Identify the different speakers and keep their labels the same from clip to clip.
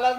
Speaker 1: las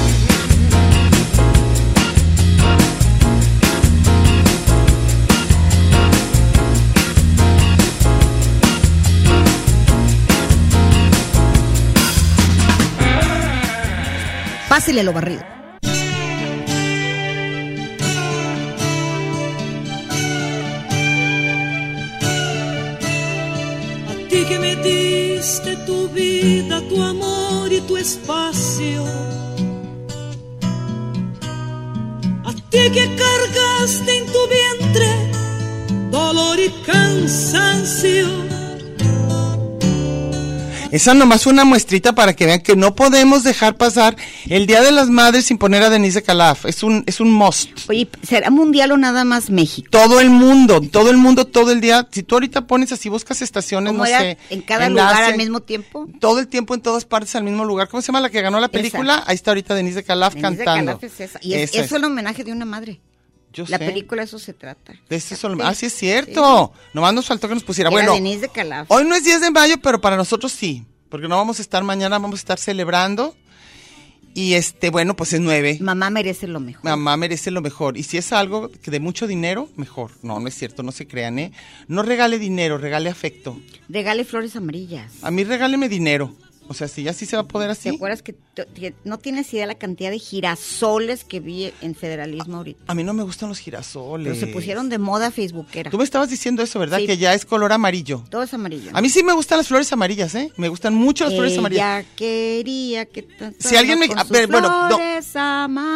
Speaker 2: Pásele lo barrido.
Speaker 3: A ti que me diste tu vida, tu amor y tu espacio. A ti que cargaste en tu vientre dolor y cansancio.
Speaker 4: Esa nomás fue una muestrita para que vean que no podemos dejar pasar el Día de las Madres sin poner a Denise Calaf. Es un, es un must.
Speaker 2: Oye, ¿será mundial o nada más México?
Speaker 4: Todo el mundo, todo el mundo, todo el día. Si tú ahorita pones así, buscas estaciones,
Speaker 2: ¿Cómo
Speaker 4: no
Speaker 2: era?
Speaker 4: sé.
Speaker 2: ¿En cada
Speaker 4: enlace,
Speaker 2: lugar al mismo tiempo?
Speaker 4: Todo el tiempo en todas partes al mismo lugar. ¿Cómo se llama la que ganó la película?
Speaker 2: Esa.
Speaker 4: Ahí está ahorita Denise Calaf
Speaker 2: Denise de
Speaker 4: cantando.
Speaker 2: Calaf es esa. Y es-
Speaker 4: Esa
Speaker 2: eso es el homenaje de una madre.
Speaker 4: Yo
Speaker 2: La
Speaker 4: sé.
Speaker 2: película de eso se trata.
Speaker 4: De ese sol- Ah, sí es cierto. Nomás nos faltó que nos pusiera.
Speaker 2: Era
Speaker 4: bueno,
Speaker 2: Denise de Calaf.
Speaker 4: Hoy no es 10 de mayo, pero para nosotros sí, porque no vamos a estar mañana, vamos a estar celebrando. Y este, bueno, pues es 9.
Speaker 2: Mamá merece lo mejor.
Speaker 4: Mamá merece lo mejor. Y si es algo que de mucho dinero, mejor. No, no es cierto, no se crean, ¿eh? No regale dinero, regale afecto.
Speaker 2: Regale flores amarillas.
Speaker 4: A mí regáleme dinero. O sea, si ya sí se va a poder
Speaker 2: ¿Te
Speaker 4: así.
Speaker 2: acuerdas que, t- que no tienes idea la cantidad de girasoles que vi en federalismo ahorita?
Speaker 4: A mí no me gustan los girasoles.
Speaker 2: Pero se pusieron de moda facebookera.
Speaker 4: Tú me estabas diciendo eso, ¿verdad?
Speaker 2: Sí.
Speaker 4: Que ya es color amarillo.
Speaker 2: Todo es amarillo.
Speaker 4: A mí sí me gustan las flores amarillas, ¿eh? Me gustan mucho las flores
Speaker 2: Ella
Speaker 4: amarillas.
Speaker 2: quería que tan
Speaker 4: Si alguien me-
Speaker 2: solo
Speaker 4: a
Speaker 2: con
Speaker 4: ver,
Speaker 2: sus
Speaker 4: bueno, no.
Speaker 2: flores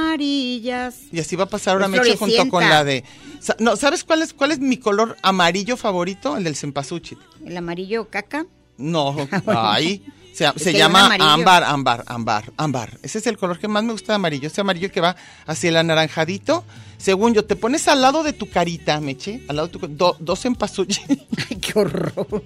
Speaker 2: amarillas.
Speaker 4: Y así va a pasar ahora
Speaker 2: De
Speaker 4: Meche junto con
Speaker 2: Floricienta.
Speaker 4: la de. sa- No, ¿sabes cuál es cuál es mi color amarillo favorito? El del cempasúchil.
Speaker 2: El amarillo caca.
Speaker 4: No, ay. Se, se
Speaker 2: Ah, que hay un
Speaker 4: llama
Speaker 2: amarillo.
Speaker 4: ámbar, ámbar, ámbar, ámbar. Ese es el color que más me gusta de amarillo. Ese amarillo que va hacia el anaranjadito. Según yo, te pones al lado de tu carita, Meche, al lado de tu ca- do- dos cempasúchil
Speaker 2: Ay, qué horror.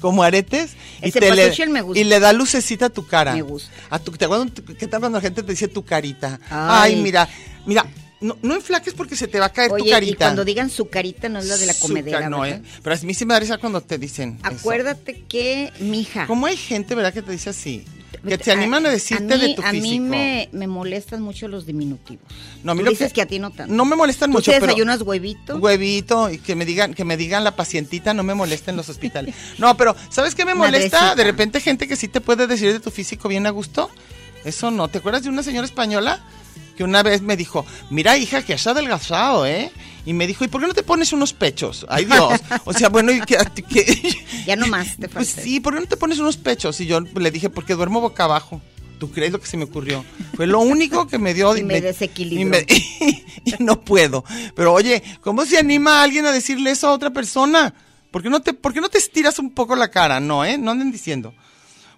Speaker 4: como aretes
Speaker 2: El
Speaker 4: te le,
Speaker 2: cempasúchil me gusta.
Speaker 4: y le da lucecita a tu cara.
Speaker 2: Me gusta.
Speaker 4: A tu, ¿Te acuerdas tu- qué tal cuando la gente te dice tu carita? Ay,
Speaker 2: Ay.
Speaker 4: mira, mira, no, no enflaques porque se te va a caer
Speaker 2: Oye,
Speaker 4: tu carita.
Speaker 2: y cuando digan su carita no es la de la
Speaker 4: Su
Speaker 2: comedera,
Speaker 4: ca- no,
Speaker 2: ¿verdad?
Speaker 4: ¿eh? Pero a mí sí me da risa cuando te dicen. eso.
Speaker 2: Acuérdate que, mija.
Speaker 4: ¿Cómo hay gente, verdad, que te dice así? Que te animan a decirte
Speaker 2: mí-
Speaker 4: de tu
Speaker 2: A
Speaker 4: físico.
Speaker 2: mí me, me molestan mucho los diminutivos.
Speaker 4: No, a mí
Speaker 2: Tú
Speaker 4: lo
Speaker 2: dices que, a ti no tanto.
Speaker 4: No me molestan
Speaker 2: Tú
Speaker 4: mucho,
Speaker 2: te
Speaker 4: pero-
Speaker 2: desayunas huevito.
Speaker 4: Huevito, y que me digan, que me digan la pacientita, no me molesta en los hospitales. No, pero ¿sabes qué me molesta?
Speaker 2: Madrecita.
Speaker 4: De repente gente que sí te puede decir de tu físico bien a gusto. Eso no. ¿Te acuerdas de una señora española que una vez me dijo, mira hija, que has adelgazado, eh? Y me dijo, ¿y por qué no te pones unos pechos? Ay Dios. O sea, bueno, y que, que-
Speaker 2: Ya nomás te
Speaker 4: pues
Speaker 2: falta.
Speaker 4: sí, ¿por qué no te pones unos pechos? Y yo le dije, porque duermo boca abajo. ¿Tú crees lo que se me ocurrió? Fue lo único que me dio...
Speaker 2: Y me desequilibró.
Speaker 4: y me- y no puedo. Pero oye, ¿cómo se anima a alguien a decirle eso a otra persona? ¿Por qué no te, por qué no te estiras un poco la cara? No, ¿eh? No anden diciendo.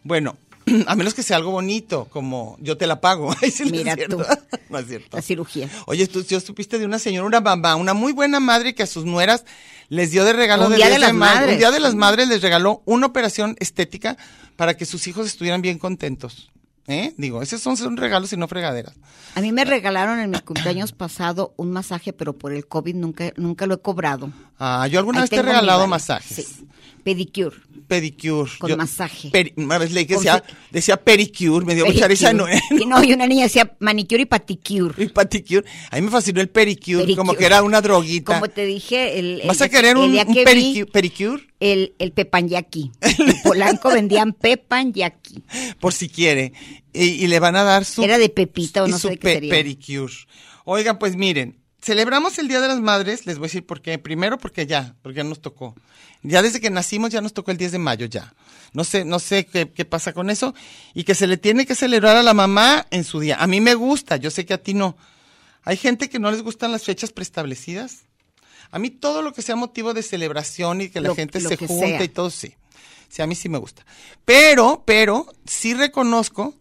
Speaker 4: Bueno, a menos que sea algo bonito, como yo te la pago. Ay, sí, no es
Speaker 2: Mira
Speaker 4: cierto.
Speaker 2: tú.
Speaker 4: No es cierto.
Speaker 2: La cirugía.
Speaker 4: Oye, tú yo supiste de una señora, una mamá, una muy buena madre que a sus nueras les dio de regalo
Speaker 2: Un
Speaker 4: de
Speaker 2: día
Speaker 4: 10
Speaker 2: de las
Speaker 4: ma-
Speaker 2: madres.
Speaker 4: Un día de las madres les regaló una operación estética para que sus hijos estuvieran bien contentos. ¿Eh? Digo, esos son, son regalos y no fregaderas.
Speaker 2: A mí me regalaron en mi cumpleaños pasado un masaje, pero por el COVID nunca, nunca lo he cobrado.
Speaker 4: Ah, yo alguna
Speaker 2: Ahí
Speaker 4: vez te he
Speaker 2: tengo mi
Speaker 4: regalado
Speaker 2: vale.
Speaker 4: masajes.
Speaker 2: Sí. Pedicure.
Speaker 4: Pedicure.
Speaker 2: Con
Speaker 4: Yo-
Speaker 2: masaje.
Speaker 4: peri- una vez leí que
Speaker 2: Con
Speaker 4: decía,
Speaker 2: fi-
Speaker 4: decía pericure, me dio mucha
Speaker 2: Pedicure.
Speaker 4: risa. No,
Speaker 2: Y no, y una niña decía manicure y paticure.
Speaker 4: Y paticure. A mí me fascinó el pericure,
Speaker 2: Pedicure.
Speaker 4: como que era una droguita.
Speaker 2: Como te dije, el, el-
Speaker 4: ¿Vas a querer
Speaker 2: el
Speaker 4: un,
Speaker 2: día
Speaker 4: un
Speaker 2: que vi
Speaker 4: pericure- pericure?
Speaker 2: el, el pepanyaki. En Polanco vendían pepanyaki.
Speaker 4: por si quiere. Y, y le van a dar su...
Speaker 2: Era de Pepita o
Speaker 4: y
Speaker 2: no
Speaker 4: su
Speaker 2: sé de qué
Speaker 4: pe-
Speaker 2: sería.
Speaker 4: pedicure. Oigan, pues miren, celebramos el Día de las Madres, les voy a decir por qué. Primero porque ya, porque ya nos tocó. Ya desde que nacimos ya nos tocó el 10 de mayo ya. No sé, no sé qué, qué pasa con eso. Y que se le tiene que celebrar a la mamá en su día. A mí me gusta, yo sé que a ti no. Hay gente que no les gustan las fechas preestablecidas. A mí todo lo que sea motivo de celebración y que la
Speaker 2: Lo-
Speaker 4: gente
Speaker 2: lo
Speaker 4: se
Speaker 2: que
Speaker 4: junte
Speaker 2: sea.
Speaker 4: y todo, sí. Sí, a mí sí me gusta. Pero, pero, sí reconozco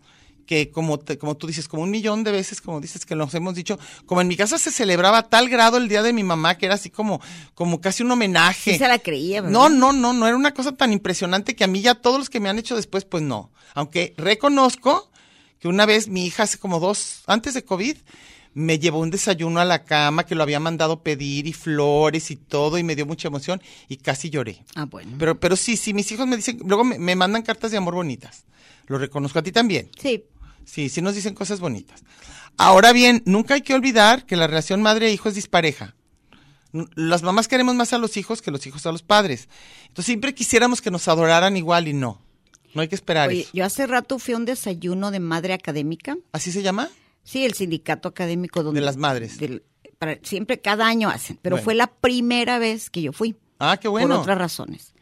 Speaker 4: que como, te- como tú dices, como un millón de veces, como dices que nos hemos dicho, como en mi casa se celebraba a tal grado el día de mi mamá que era así como, como casi un homenaje.
Speaker 2: Sí se la creía, ¿verdad?
Speaker 4: No, no, no, no era una cosa tan impresionante que a mí ya todos los que me han hecho después, pues no. Aunque reconozco que una vez mi hija hace como dos, antes de COVID, me llevó un desayuno a la cama que lo había mandado pedir y flores y todo y me dio mucha emoción y casi lloré.
Speaker 2: Ah, bueno.
Speaker 4: Pero, pero sí, sí, mis hijos me dicen, luego me, me mandan cartas de amor bonitas. Lo reconozco a ti también.
Speaker 2: sí.
Speaker 4: Sí, sí nos dicen cosas bonitas. Ahora bien, nunca hay que olvidar que la relación madre-hijo es dispareja. N- Las mamás queremos más a los hijos que los hijos a los padres. Entonces siempre quisiéramos que nos adoraran igual y no. No hay que esperar
Speaker 2: Oye,
Speaker 4: eso.
Speaker 2: yo hace rato fui a un desayuno de madre académica.
Speaker 4: ¿Así se llama?
Speaker 2: Sí, el sindicato académico donde
Speaker 4: De las madres.
Speaker 2: del- para- siempre cada año hacen, pero
Speaker 4: Bueno.
Speaker 2: fue la primera vez que yo fui
Speaker 4: Ah, qué
Speaker 2: por
Speaker 4: bueno.
Speaker 2: otras razones.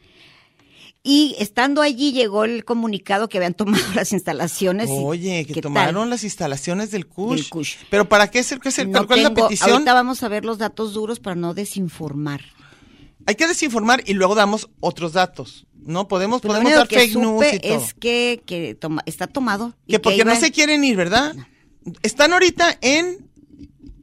Speaker 2: Y estando allí llegó el comunicado que habían tomado las instalaciones. y-
Speaker 4: Oye,
Speaker 2: ¿qué tal?
Speaker 4: que tomaron las instalaciones del CUSH.
Speaker 2: Del CUSH.
Speaker 4: Pero ¿para qué es el, qué es el-
Speaker 2: No
Speaker 4: cuál es la
Speaker 2: tengo-
Speaker 4: petición?
Speaker 2: Ahorita vamos a ver los datos duros para no desinformar.
Speaker 4: Hay que desinformar y luego damos otros datos. No podemos,
Speaker 2: Pero lo
Speaker 4: podemos
Speaker 2: único
Speaker 4: dar
Speaker 2: que
Speaker 4: fake news
Speaker 2: supe
Speaker 4: y todo.
Speaker 2: es que, que toma- está tomado. y
Speaker 4: Que porque no
Speaker 2: iba-
Speaker 4: se quieren ir, ¿verdad? Están ahorita en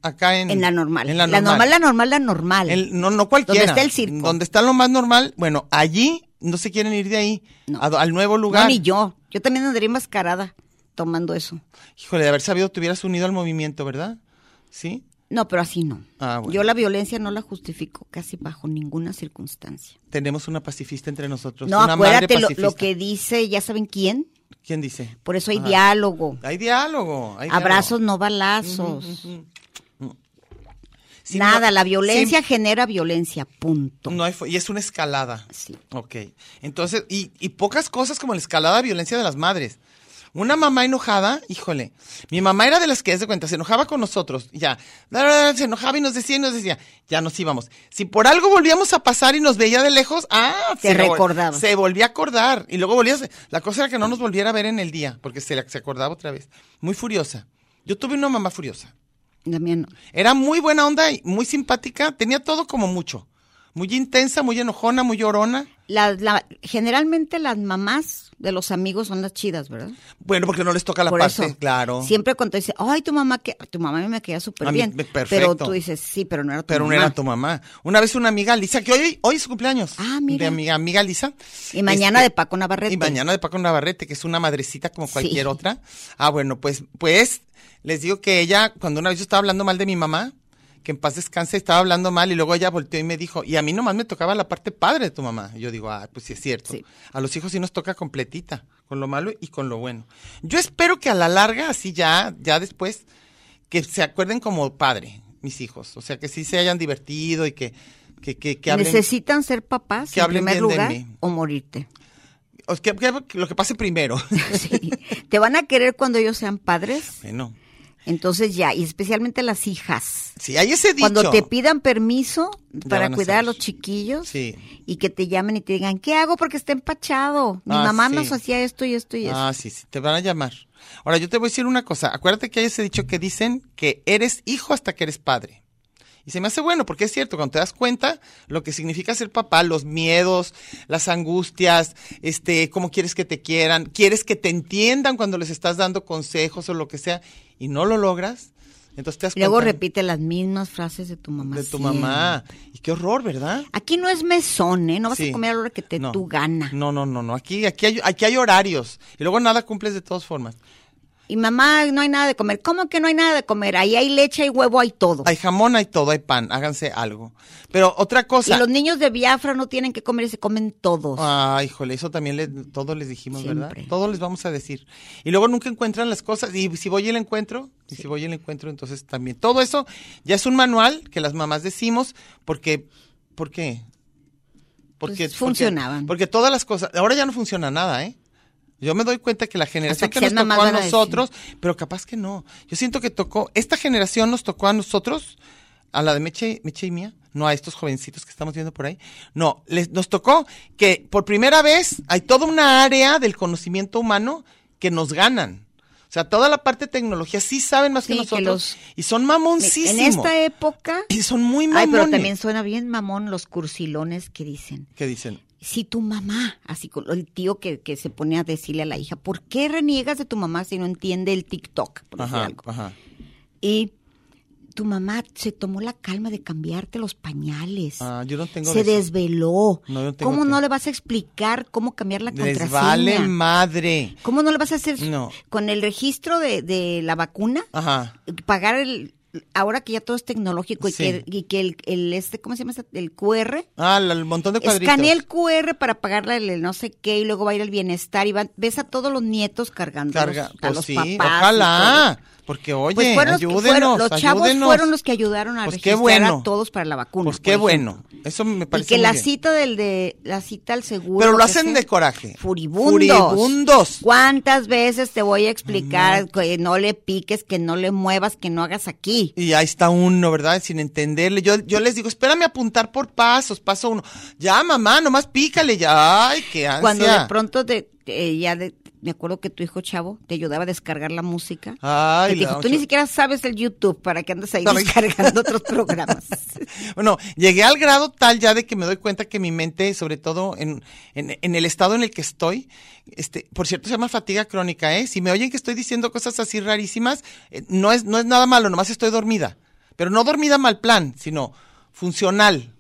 Speaker 4: acá en
Speaker 2: En la normal.
Speaker 4: En la normal.
Speaker 2: la normal, la normal.
Speaker 4: El- no, no cualquiera.
Speaker 2: Donde está el circo.
Speaker 4: Donde está lo más normal. Bueno, allí no se quieren ir de ahí
Speaker 2: No.
Speaker 4: a- al nuevo
Speaker 2: No,
Speaker 4: lugar.
Speaker 2: ni yo. Yo también andaría enmascarada tomando eso.
Speaker 4: Híjole, de haber sabido te hubieras unido al movimiento, ¿verdad? Sí.
Speaker 2: No, pero así no.
Speaker 4: Ah, bueno.
Speaker 2: Yo la violencia no la justifico casi bajo ninguna circunstancia.
Speaker 4: Tenemos una pacifista entre nosotros.
Speaker 2: No,
Speaker 4: una madre
Speaker 2: acuérdate lo,
Speaker 4: pacifista.
Speaker 2: lo que dice, ya saben quién.
Speaker 4: ¿Quién dice?
Speaker 2: Por eso hay
Speaker 4: Ajá.
Speaker 2: diálogo.
Speaker 4: Hay diálogo. hay
Speaker 2: Abrazos,
Speaker 4: diálogo.
Speaker 2: no balazos.
Speaker 4: Sí,
Speaker 2: Nada,
Speaker 4: no-
Speaker 2: la violencia
Speaker 4: sí,
Speaker 2: genera violencia, punto.
Speaker 4: no hay fo- y es una escalada.
Speaker 2: Sí.
Speaker 4: Ok. Entonces, y, y pocas cosas como la escalada de violencia de las madres. Una mamá enojada, híjole, mi mamá era de las que es de cuenta, se enojaba con nosotros, y ya, la, la, la, se enojaba y nos decía y nos decía, ya nos íbamos. Si por algo volvíamos a pasar y nos veía de lejos, ah,
Speaker 2: Te
Speaker 4: se lo-
Speaker 2: recordaba.
Speaker 4: Se volvía a acordar y luego volvía, a- la cosa era que no nos volviera a ver en el día, porque se, la- se acordaba otra vez. Muy furiosa. Yo tuve una mamá furiosa.
Speaker 2: La mía no.
Speaker 4: Era muy buena onda y muy simpática, tenía todo como mucho. Muy intensa, muy enojona, muy llorona.
Speaker 2: La- la- generalmente las mamás de los amigos son las chidas, ¿verdad?
Speaker 4: Bueno, porque no les toca la
Speaker 2: Por
Speaker 4: parte,
Speaker 2: eso.
Speaker 4: claro.
Speaker 2: Siempre cuando dice, ay, tu mamá que tu mamá me queda
Speaker 4: A
Speaker 2: súper
Speaker 4: mí,
Speaker 2: bien.
Speaker 4: me- perfecto.
Speaker 2: Pero tú dices, sí, pero no era tu
Speaker 4: Pero no
Speaker 2: mamá.
Speaker 4: era tu mamá. Una vez una amiga, Lisa, que hoy, hoy es su cumpleaños.
Speaker 2: Ah, mira.
Speaker 4: De amiga, amiga Lisa.
Speaker 2: Y mañana
Speaker 4: Este,
Speaker 2: de Paco Navarrete.
Speaker 4: Y mañana de Paco Navarrete, que es una madrecita como
Speaker 2: Sí.
Speaker 4: cualquier otra. Ah, bueno, pues, pues, les digo que ella, cuando una vez yo estaba hablando mal de mi mamá, que en paz descanse, estaba hablando mal y luego ella volteó y me dijo, y a mí nomás me tocaba la parte padre de tu mamá. Y yo digo, ah, pues sí es cierto.
Speaker 2: Sí.
Speaker 4: A los hijos sí nos toca completita, con lo malo y con lo bueno. Yo espero que a la larga, así ya, ya después, que se acuerden como padre, mis hijos. O sea, que sí se hayan divertido y que, que, que, que hablen.
Speaker 2: Necesitan ser papás
Speaker 4: que
Speaker 2: en
Speaker 4: hablen
Speaker 2: primer
Speaker 4: bien de
Speaker 2: lugar
Speaker 4: mí.
Speaker 2: o morirte.
Speaker 4: o que- que lo que pase primero.
Speaker 2: Sí. Te van a querer cuando ellos sean padres.
Speaker 4: bueno.
Speaker 2: Entonces ya, y especialmente las hijas.
Speaker 4: Sí, hay ese dicho.
Speaker 2: Cuando te pidan permiso para
Speaker 4: van a
Speaker 2: cuidar a
Speaker 4: saber.
Speaker 2: los chiquillos
Speaker 4: Sí.
Speaker 2: y que te llamen y te digan, ¿qué hago? Porque está empachado. Mi
Speaker 4: Ah,
Speaker 2: mamá
Speaker 4: sí.
Speaker 2: nos hacía esto y esto y esto.
Speaker 4: Ah, sí, sí, te van a llamar. Ahora, yo te voy a decir una cosa. Acuérdate que hay ese dicho que dicen que eres hijo hasta que eres padre. Y se me hace bueno, porque es cierto, cuando te das cuenta lo que significa ser papá, los miedos, las angustias, este, cómo quieres que te quieran, quieres que te entiendan cuando les estás dando consejos o lo que sea, y no lo logras, entonces te das
Speaker 2: Y Luego
Speaker 4: cuenta
Speaker 2: repite las mismas frases de tu mamá.
Speaker 4: de tu
Speaker 2: siempre.
Speaker 4: mamá. Y qué horror, ¿verdad?
Speaker 2: Aquí no es mesón, ¿eh? No vas
Speaker 4: Sí.
Speaker 2: a comer a la hora que te
Speaker 4: No.
Speaker 2: tu gana.
Speaker 4: No, no, no, no. Aquí, aquí, hay, aquí hay horarios. Y luego nada cumples de todas formas.
Speaker 2: Y mamá, no hay nada de comer. ¿Cómo que no hay nada de comer? Ahí hay leche, hay huevo, hay todo.
Speaker 4: Hay jamón, hay todo, hay pan. Háganse algo. Pero otra cosa.
Speaker 2: y los niños de Biafra no tienen que comer y se comen todos.
Speaker 4: Ay, Ah, híjole, eso también le, todos les dijimos, ¿verdad?
Speaker 2: Siempre.
Speaker 4: Todos les vamos a decir. Y luego nunca encuentran las cosas. Y si voy y la encuentro, y si voy y la encuentro, entonces también. Todo eso ya es un manual que las mamás decimos porque. ¿Por qué? Porque
Speaker 2: Pues funcionaban.
Speaker 4: Porque, porque todas las cosas. Ahora ya no funciona nada, ¿eh? Yo me doy cuenta que la generación
Speaker 2: que
Speaker 4: que,
Speaker 2: seas
Speaker 4: nos
Speaker 2: mamá
Speaker 4: tocó a
Speaker 2: van a decir.
Speaker 4: nosotros, pero capaz que no. Yo siento que tocó, esta generación nos tocó a nosotros, a la de Meche, Meche y mía, no a estos jovencitos que estamos viendo por ahí. No, les, nos tocó que por primera vez hay toda una área del conocimiento humano que nos ganan. O sea, toda la parte de tecnología sí saben más que
Speaker 2: Sí, que
Speaker 4: nosotros.
Speaker 2: los-
Speaker 4: y son mamoncísimos.
Speaker 2: En esta época.
Speaker 4: Y son muy mamones.
Speaker 2: Ay, pero también suena bien mamón los cursilones que dicen.
Speaker 4: ¿Qué dicen?
Speaker 2: Si tu mamá, así con el tío que, que se pone a decirle a la hija, ¿por qué reniegas de tu mamá si no entiende el TikTok? Por decir
Speaker 4: Ajá,
Speaker 2: algo.
Speaker 4: ajá.
Speaker 2: Y tu mamá se tomó la calma de cambiarte los pañales.
Speaker 4: Ah, yo no tengo
Speaker 2: se
Speaker 4: de eso.
Speaker 2: desveló.
Speaker 4: No, yo no tengo
Speaker 2: ¿Cómo no
Speaker 4: tiempo.
Speaker 2: le vas a explicar cómo cambiar la
Speaker 4: Les
Speaker 2: contraseña?
Speaker 4: vale madre.
Speaker 2: ¿Cómo no le vas a hacer
Speaker 4: No.
Speaker 2: con el registro de, de la vacuna?
Speaker 4: Ajá.
Speaker 2: Pagar el ahora que ya todo es tecnológico y
Speaker 4: Sí.
Speaker 2: que, y que el, el este cómo se llama este? el QR
Speaker 4: Ah, la- el montón de cuadritos.
Speaker 2: escanea el QR para pagarle el no sé qué y luego va a ir al bienestar y va- ves a todos los nietos cargando
Speaker 4: Carga.
Speaker 2: a
Speaker 4: Pues
Speaker 2: los
Speaker 4: sí,
Speaker 2: papás y todo.
Speaker 4: ojalá. Porque, oye,
Speaker 2: Pues fueron los que
Speaker 4: ayúdenos,
Speaker 2: fueron- los chavos
Speaker 4: ayúdenos.
Speaker 2: fueron los que ayudaron a
Speaker 4: Pues qué
Speaker 2: registrar
Speaker 4: bueno.
Speaker 2: a todos para la vacuna
Speaker 4: Pues
Speaker 2: por
Speaker 4: qué
Speaker 2: ejemplo.
Speaker 4: bueno. Eso me
Speaker 2: y
Speaker 4: parece
Speaker 2: que
Speaker 4: muy
Speaker 2: la
Speaker 4: bien.
Speaker 2: cita del de la cita al seguro
Speaker 4: Pero lo
Speaker 2: que
Speaker 4: hacen
Speaker 2: sea,
Speaker 4: de coraje.
Speaker 2: furibundos
Speaker 4: Furibundos.
Speaker 2: cuántas veces te voy a explicar que no le piques que no le muevas que no hagas aquí
Speaker 4: Y ahí está uno, ¿verdad? Sin entenderle. Yo, yo les digo, espérame a apuntar por pasos, paso uno. Ya, mamá, nomás pícale, ya. Ay, qué ansia.
Speaker 2: Cuando de pronto te, eh, ya de- me acuerdo que tu hijo chavo te ayudaba a descargar la música.
Speaker 4: Ay,
Speaker 2: Y te
Speaker 4: la
Speaker 2: dijo, tú
Speaker 4: ocho-
Speaker 2: ni siquiera sabes el YouTube para que andas ahí
Speaker 4: Para-
Speaker 2: descargando otros programas.
Speaker 4: Bueno, llegué al grado tal ya de que me doy cuenta que mi mente, sobre todo en, en- en el estado en el que estoy, este, por cierto, se llama fatiga crónica, ¿eh? Si me oyen que estoy diciendo cosas así rarísimas, eh, no, es, no es nada malo, nomás estoy dormida. Pero no dormida mal plan, sino funcional.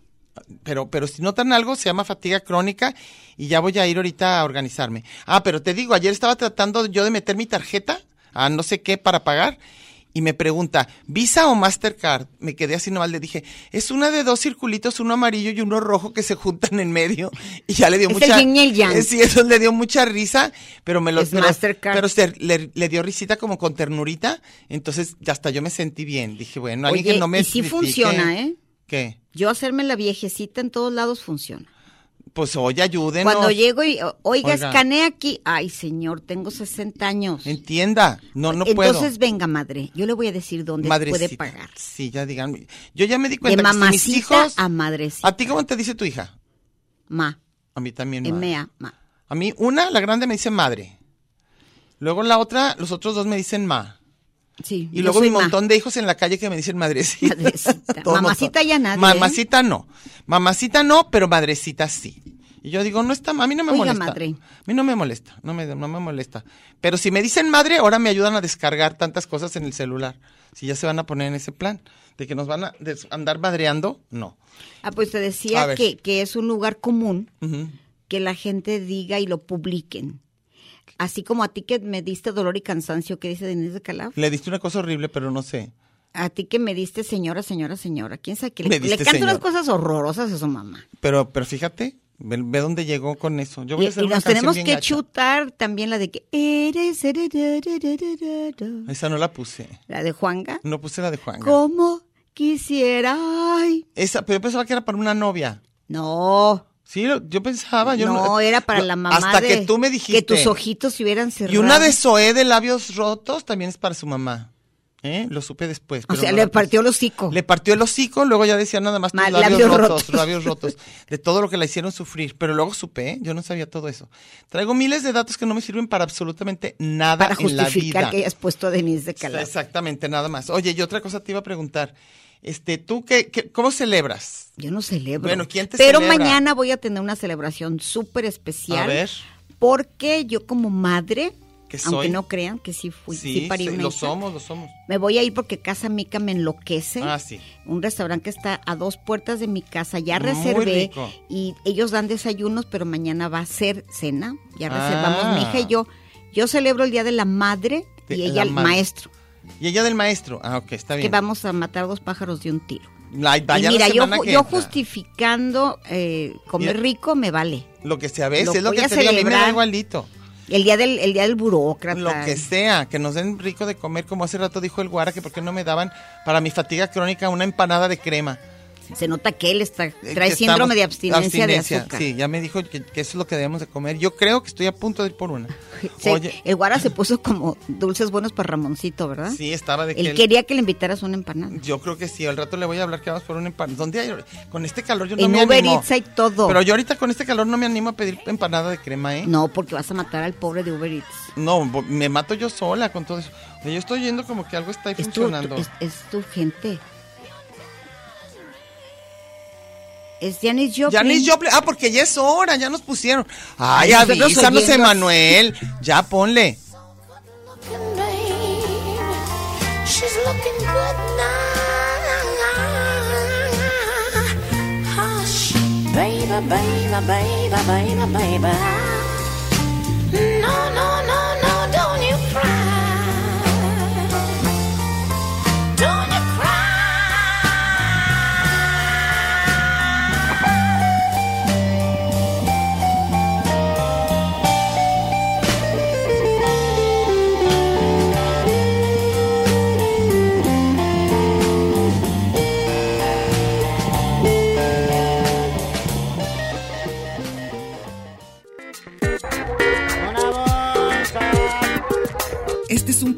Speaker 4: Pero, pero si notan algo, se llama fatiga crónica y ya voy a ir ahorita a organizarme. Ah, pero te digo, ayer estaba tratando yo de meter mi tarjeta a no sé qué para pagar y me pregunta, ¿Visa o Mastercard? Me quedé así nomás, le dije, es una de dos circulitos, uno amarillo y uno rojo que se juntan en medio. Y ya le dio
Speaker 2: Es el
Speaker 4: mucha...
Speaker 2: yin y el yang.
Speaker 4: Eh, Sí, eso le dio mucha risa, pero me lo...
Speaker 2: Es
Speaker 4: pero,
Speaker 2: Mastercard.
Speaker 4: pero se- le, le dio risita como con ternurita, entonces ya hasta yo me sentí bien. Dije, bueno, alguien
Speaker 2: Oye,
Speaker 4: que no me
Speaker 2: y sí
Speaker 4: critique.
Speaker 2: funciona, ¿eh?
Speaker 4: ¿Qué?
Speaker 2: Yo hacerme la viejecita en todos lados funciona.
Speaker 4: Pues oye, ayúdenos.
Speaker 2: Cuando llego y, o- oiga,
Speaker 4: Oiga.
Speaker 2: escanea aquí. Ay, señor, tengo 60 años.
Speaker 4: Entienda, no, no
Speaker 2: Entonces,
Speaker 4: puedo.
Speaker 2: venga, madre, yo le voy a decir dónde puede
Speaker 4: Madrecita.
Speaker 2: pagar.
Speaker 4: Sí, ya digan. Yo ya me di
Speaker 2: De
Speaker 4: cuenta que si mis
Speaker 2: mamacita
Speaker 4: hijos. Ah.
Speaker 2: a madrecita.
Speaker 4: ¿A ti cómo te dice tu hija?
Speaker 2: Ma,
Speaker 4: A mí también. madre.
Speaker 2: M-A, ma.
Speaker 4: A mí, una, la grande me dice madre. Luego la otra, los otros dos me dicen ma.
Speaker 2: Sí,
Speaker 4: Y
Speaker 2: yo
Speaker 4: luego
Speaker 2: soy
Speaker 4: un
Speaker 2: ma.
Speaker 4: montón de hijos en la calle que me dicen madrecita.
Speaker 2: Madrecita.
Speaker 4: Todo
Speaker 2: Mamacita
Speaker 4: montón.
Speaker 2: ya nadie, ¿eh?
Speaker 4: Mamacita no. Mamacita no, pero madrecita sí. Y yo digo, no está, ma- a mí no me
Speaker 2: Oiga,
Speaker 4: molesta.
Speaker 2: madre.
Speaker 4: A mí no me molesta, no me, no me molesta. Pero si me dicen madre, ahora me ayudan a descargar tantas cosas en el celular. Si ya se van a poner en ese plan, de que nos van a des- andar madreando, no.
Speaker 2: Ah, pues te
Speaker 4: A
Speaker 2: decía
Speaker 4: ver.
Speaker 2: que, que es un lugar común
Speaker 4: Ujú.
Speaker 2: que la gente diga y lo publiquen. Así como a ti que me diste dolor y cansancio, que dice Denise de Calaf.
Speaker 4: Le diste una cosa horrible, pero no sé.
Speaker 2: A ti que me diste señora, señora, señora. ¿Quién sabe qué?
Speaker 4: Me
Speaker 2: Le, le
Speaker 4: diste
Speaker 2: canta unas
Speaker 4: señora.
Speaker 2: cosas horrorosas a su mamá.
Speaker 4: Pero, pero fíjate, ve, ve dónde llegó con eso. Yo
Speaker 2: Y,
Speaker 4: voy a hacer
Speaker 2: y
Speaker 4: una
Speaker 2: nos
Speaker 4: canción
Speaker 2: tenemos que
Speaker 4: bien gacha.
Speaker 2: chutar también la de que eres... erererererero.
Speaker 4: Esa no la puse.
Speaker 2: La de Juanga.
Speaker 4: No puse la de Juan.
Speaker 2: Como quisiera... ay.
Speaker 4: Esa, pero yo pensaba que era para una novia.
Speaker 2: No,
Speaker 4: Sí, lo- yo pensaba. Ah, Yo
Speaker 2: no, era para la mamá
Speaker 4: Hasta
Speaker 2: de-
Speaker 4: que tú me dijiste.
Speaker 2: Que tus ojitos se hubieran cerrado.
Speaker 4: Y una de Zoé de labios rotos también es para su mamá. ¿Eh? Lo supe después.
Speaker 2: O
Speaker 4: pero
Speaker 2: sea,
Speaker 4: no
Speaker 2: le
Speaker 4: la puse.
Speaker 2: partió el hocico.
Speaker 4: Le partió el hocico, luego ya decía nada más tus
Speaker 2: Ma-
Speaker 4: labios,
Speaker 2: labios
Speaker 4: rotos,
Speaker 2: rotos.
Speaker 4: labios rotos, de todo lo que la hicieron sufrir. Pero luego supe, ¿eh? yo no sabía todo eso. Traigo miles de datos que no me sirven para absolutamente nada
Speaker 2: para
Speaker 4: en la
Speaker 2: justificar
Speaker 4: vida.
Speaker 2: que hayas puesto a Denise de
Speaker 4: O sea,
Speaker 2: Calaf.
Speaker 4: Exactamente, nada más. Oye, y otra cosa te iba a preguntar. Este, ¿tú qué, qué- cómo celebras?
Speaker 2: Yo no celebro.
Speaker 4: Bueno, ¿quién te
Speaker 2: Pero
Speaker 4: celebra?
Speaker 2: mañana voy a tener una celebración súper especial.
Speaker 4: A ver.
Speaker 2: Porque yo como madre,
Speaker 4: ¿Qué
Speaker 2: aunque
Speaker 4: soy?
Speaker 2: no crean que sí fui, sí,
Speaker 4: sí,
Speaker 2: parí
Speaker 4: sí,
Speaker 2: una
Speaker 4: lo
Speaker 2: hija,
Speaker 4: somos, lo somos.
Speaker 2: Me voy a ir porque Casa Mica me enloquece.
Speaker 4: Ah, sí.
Speaker 2: Un restaurante que está a dos puertas de mi casa, ya
Speaker 4: Muy
Speaker 2: reservé
Speaker 4: rico.
Speaker 2: y ellos dan desayunos, pero mañana va a ser cena. Ya
Speaker 4: Ah.
Speaker 2: reservamos mi hija y yo. Yo celebro el Día de la Madre
Speaker 4: De
Speaker 2: y
Speaker 4: la
Speaker 2: ella el
Speaker 4: madre.
Speaker 2: maestro,
Speaker 4: Y ella del maestro. Ah, ok, está bien.
Speaker 2: que vamos a matar dos pájaros de un tiro.
Speaker 4: La- vaya
Speaker 2: y mira,
Speaker 4: la
Speaker 2: yo,
Speaker 4: semana
Speaker 2: ju-
Speaker 4: que
Speaker 2: yo
Speaker 4: entra.
Speaker 2: justificando eh, comer
Speaker 4: Mira.
Speaker 2: rico me vale.
Speaker 4: Lo que sea, a veces,
Speaker 2: Lo
Speaker 4: es lo
Speaker 2: voy
Speaker 4: que
Speaker 2: a
Speaker 4: te digo, a mí me da
Speaker 2: celebrar.
Speaker 4: igualito.
Speaker 2: El día del, el día del burócrata.
Speaker 4: Lo que sea, que nos den rico de comer, como hace rato dijo el Guara, que por qué no me daban para mi fatiga crónica una empanada de crema.
Speaker 2: Se nota que él está,
Speaker 4: Eh,
Speaker 2: trae
Speaker 4: que
Speaker 2: síndrome
Speaker 4: estamos-
Speaker 2: de abstinencia,
Speaker 4: abstinencia,
Speaker 2: de azúcar.
Speaker 4: Sí, ya me dijo que, que eso es lo que debemos de comer. Yo creo que estoy a punto de ir por una.
Speaker 2: Sí,
Speaker 4: Oye,
Speaker 2: el Guara se puso como dulces buenos para Ramoncito, ¿verdad?
Speaker 4: sí, estaba de que
Speaker 2: Él
Speaker 4: él-
Speaker 2: quería que le invitaras una empanada.
Speaker 4: Yo creo que sí, al rato le voy a hablar que vamos por un empanada. ¿Dónde hay? Con este calor yo no
Speaker 2: En
Speaker 4: me
Speaker 2: Uber
Speaker 4: animo.
Speaker 2: Eats hay todo.
Speaker 4: Pero yo ahorita con este calor no me animo a pedir empanada de crema, ¿eh?
Speaker 2: No, porque vas a matar al pobre de Uber Eats.
Speaker 4: No, bo- me mato yo sola con todo eso. O sea, Yo estoy yendo como que algo está ahí
Speaker 2: Es tu,
Speaker 4: funcionando.
Speaker 2: tu- es, es tu gente. Es Janis Joplin.
Speaker 4: Janis Joplin. Ah, porque ya es hora, ya nos pusieron. Ay,
Speaker 2: Nosotros
Speaker 4: avísanos,
Speaker 2: oyendo.
Speaker 4: Emanuel. Ya ponle.
Speaker 5: looking, babe. She's looking good now. Hush, baby, baby, baby, baby, baby. No, no, no, no, don't you cry. Don't you cry.
Speaker 6: Este es un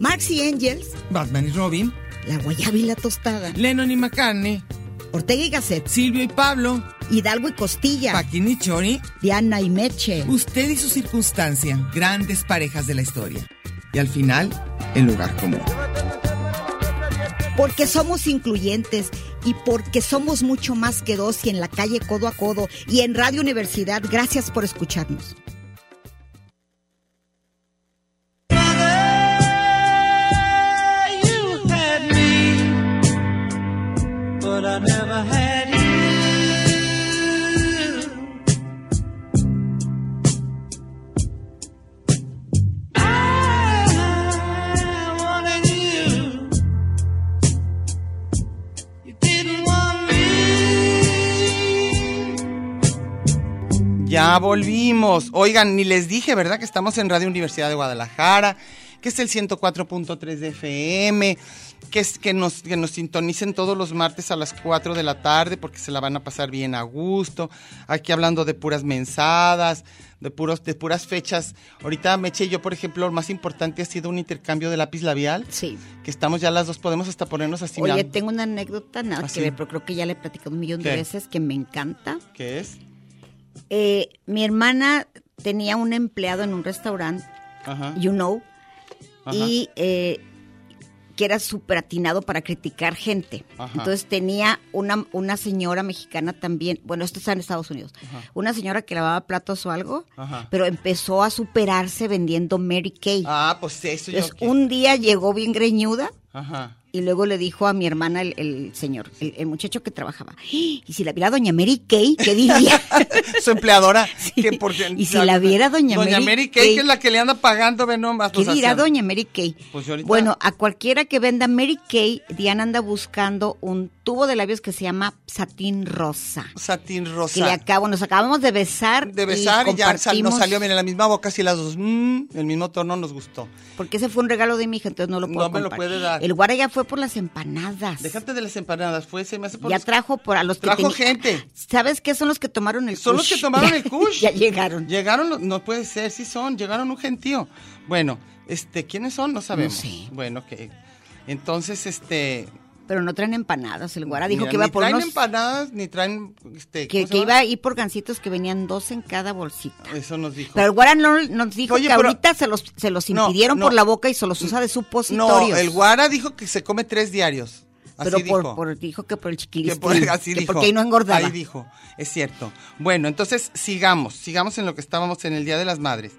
Speaker 7: Marx y Engels,
Speaker 6: Batman y Robin,
Speaker 7: la guayaba y la tostada,
Speaker 6: Lennon y McCartney,
Speaker 7: Ortega y Gasset,
Speaker 6: Silvio y Pablo,
Speaker 7: Hidalgo y Costilla,
Speaker 6: Paquín y Chori,
Speaker 7: Diana y Meche.
Speaker 6: usted y su circunstancia, grandes parejas de la historia. Y al final, el lugar común.
Speaker 7: Porque somos incluyentes y porque somos mucho más que dos y en la calle codo a codo y en Radio Universidad. Gracias por escucharnos.
Speaker 3: You had me, but I never had you. I wanted you. You didn't want me.
Speaker 4: Ya volvimos. Oigan, ni les dije, ¿verdad? Que estamos en Radio Universidad de Guadalajara, que es el 104.3 de FM, que, es, que, nos, que nos sintonicen todos los martes a las 4 de la tarde porque se la van a pasar bien a gusto. Aquí hablando de puras mensadas, de, puros, de puras fechas. Ahorita Meche y yo, por ejemplo, lo más importante ha sido un intercambio de lápiz labial,
Speaker 2: Sí.
Speaker 4: que estamos ya las dos, podemos hasta ponernos así.
Speaker 2: Oye,
Speaker 4: mirando.
Speaker 2: tengo una anécdota, nada
Speaker 4: ¿Ah, sí?
Speaker 2: que ver, pero creo que ya le he platicado un millón
Speaker 4: ¿Qué?
Speaker 2: de veces que me encanta.
Speaker 4: ¿Qué es?
Speaker 2: Eh, mi hermana tenía un empleado en un restaurante,
Speaker 4: Ajá.
Speaker 2: you know,
Speaker 4: Ah. Ajá.
Speaker 2: y eh, que era súper atinado para criticar gente.
Speaker 4: Ajá.
Speaker 2: Entonces tenía una, una señora mexicana también, bueno, esto está en Estados Unidos, una señora que lavaba platos o algo,
Speaker 4: Ajá.
Speaker 2: pero empezó a superarse vendiendo Mary Kay.
Speaker 4: Ah, pues eso yo.
Speaker 2: Entonces
Speaker 4: que-
Speaker 2: un día llegó bien greñuda.
Speaker 4: Ajá.
Speaker 2: Y luego le dijo a mi hermana el, el señor, el, el muchacho que trabajaba, y si la viera doña Mary Kay, ¿qué diría?
Speaker 4: su empleadora. Que porque,
Speaker 2: Y si la viera doña
Speaker 4: Doña
Speaker 2: Mary
Speaker 4: Mary Kay,
Speaker 2: Kay.
Speaker 4: que es la que le anda pagando, ve nomás.
Speaker 2: ¿Qué
Speaker 4: o sea,
Speaker 2: dirá
Speaker 4: sea,
Speaker 2: doña Mary Kay?
Speaker 4: Pues yo ahorita-
Speaker 2: Bueno, a cualquiera que venda Mary Kay, Diana anda buscando un tubo de labios que se llama satín rosa.
Speaker 4: Satín
Speaker 2: Que le
Speaker 4: rosa.
Speaker 2: acabo, nos acabamos de besar.
Speaker 4: De besar y, ya sal-
Speaker 2: compartimos,
Speaker 4: nos salió bien en la misma boca, así las dos. mm, el mismo tono nos gustó.
Speaker 2: Porque ese fue un regalo de mi hija, entonces no lo
Speaker 4: No
Speaker 2: puedo
Speaker 4: me lo
Speaker 2: comprar.
Speaker 4: puede dar.
Speaker 2: El guara ya fue por las empanadas.
Speaker 4: Déjate de las empanadas, fue, se me hace por
Speaker 2: ya
Speaker 4: los-
Speaker 2: trajo por a los que
Speaker 4: Trajo
Speaker 2: teni-
Speaker 4: gente.
Speaker 2: ¿Sabes qué son los que tomaron el
Speaker 4: Son los
Speaker 2: kush.
Speaker 4: que tomaron
Speaker 2: Ya-
Speaker 4: el kush.
Speaker 2: ya llegaron.
Speaker 4: Llegaron, los- no puede ser, sí son, llegaron un gentío. Bueno, este, ¿quiénes son? No sabemos.
Speaker 2: sé.
Speaker 4: Bueno, que. Entonces, este.
Speaker 2: Pero no traen empanadas. El guara dijo
Speaker 4: mira,
Speaker 2: que iba
Speaker 4: ni
Speaker 2: por
Speaker 4: traen
Speaker 2: unos,
Speaker 4: empanadas, ni traen. Este,
Speaker 2: que,
Speaker 4: ¿cómo se
Speaker 2: que iba
Speaker 4: llama?
Speaker 2: a ir por gancitos que venían dos en cada bolsita.
Speaker 4: Eso nos dijo.
Speaker 2: Pero el guara no- nos dijo
Speaker 4: Oye,
Speaker 2: que
Speaker 4: pero-
Speaker 2: ahorita se los, se los
Speaker 4: No,
Speaker 2: impidieron
Speaker 4: no.
Speaker 2: por la boca y se los usa de
Speaker 4: No,
Speaker 2: supositorios.
Speaker 4: el Guara dijo que se come tres diarios. Así
Speaker 2: Pero por,
Speaker 4: dijo.
Speaker 2: por- dijo que por el
Speaker 4: Que
Speaker 2: chiquillo.
Speaker 4: por- así dijo.
Speaker 2: Porque ahí no engordaba.
Speaker 4: Ahí dijo, es cierto. Bueno, entonces sigamos, sigamos en lo que estábamos en el Día de las Madres.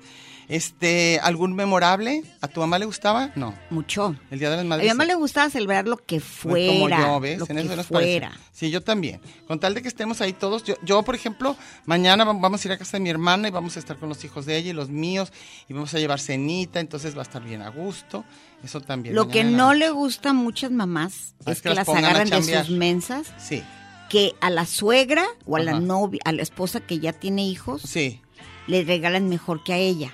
Speaker 4: Este, ¿Algún memorable? ¿A tu mamá le gustaba? No.
Speaker 2: Mucho.
Speaker 4: El Día de las
Speaker 2: A
Speaker 4: Madres.
Speaker 2: mi mamá le gustaba celebrar lo que
Speaker 4: Pues
Speaker 2: fuera.
Speaker 4: Como yo, ¿ves?
Speaker 2: Lo
Speaker 4: en
Speaker 2: que
Speaker 4: eso nos
Speaker 2: fuera.
Speaker 4: parece. Sí, yo también. Con tal de que estemos ahí todos. Yo, yo, por ejemplo, mañana vam- vamos a ir a casa de mi hermana y vamos a estar con los hijos de ella y los míos y vamos a llevar cenita, entonces va a estar bien a gusto. Eso también.
Speaker 2: Lo
Speaker 4: mañana
Speaker 2: que
Speaker 4: en la
Speaker 2: no
Speaker 4: noche.
Speaker 2: le gusta a muchas mamás
Speaker 4: Ah,
Speaker 2: es, que, las
Speaker 4: pongan a
Speaker 2: agarran de
Speaker 4: chambear.
Speaker 2: sus mensas,
Speaker 4: Sí,
Speaker 2: que a la suegra o a la
Speaker 4: Ajá.
Speaker 2: novia, a la esposa que ya tiene hijos,
Speaker 4: sí.
Speaker 2: le regalan mejor que a ella.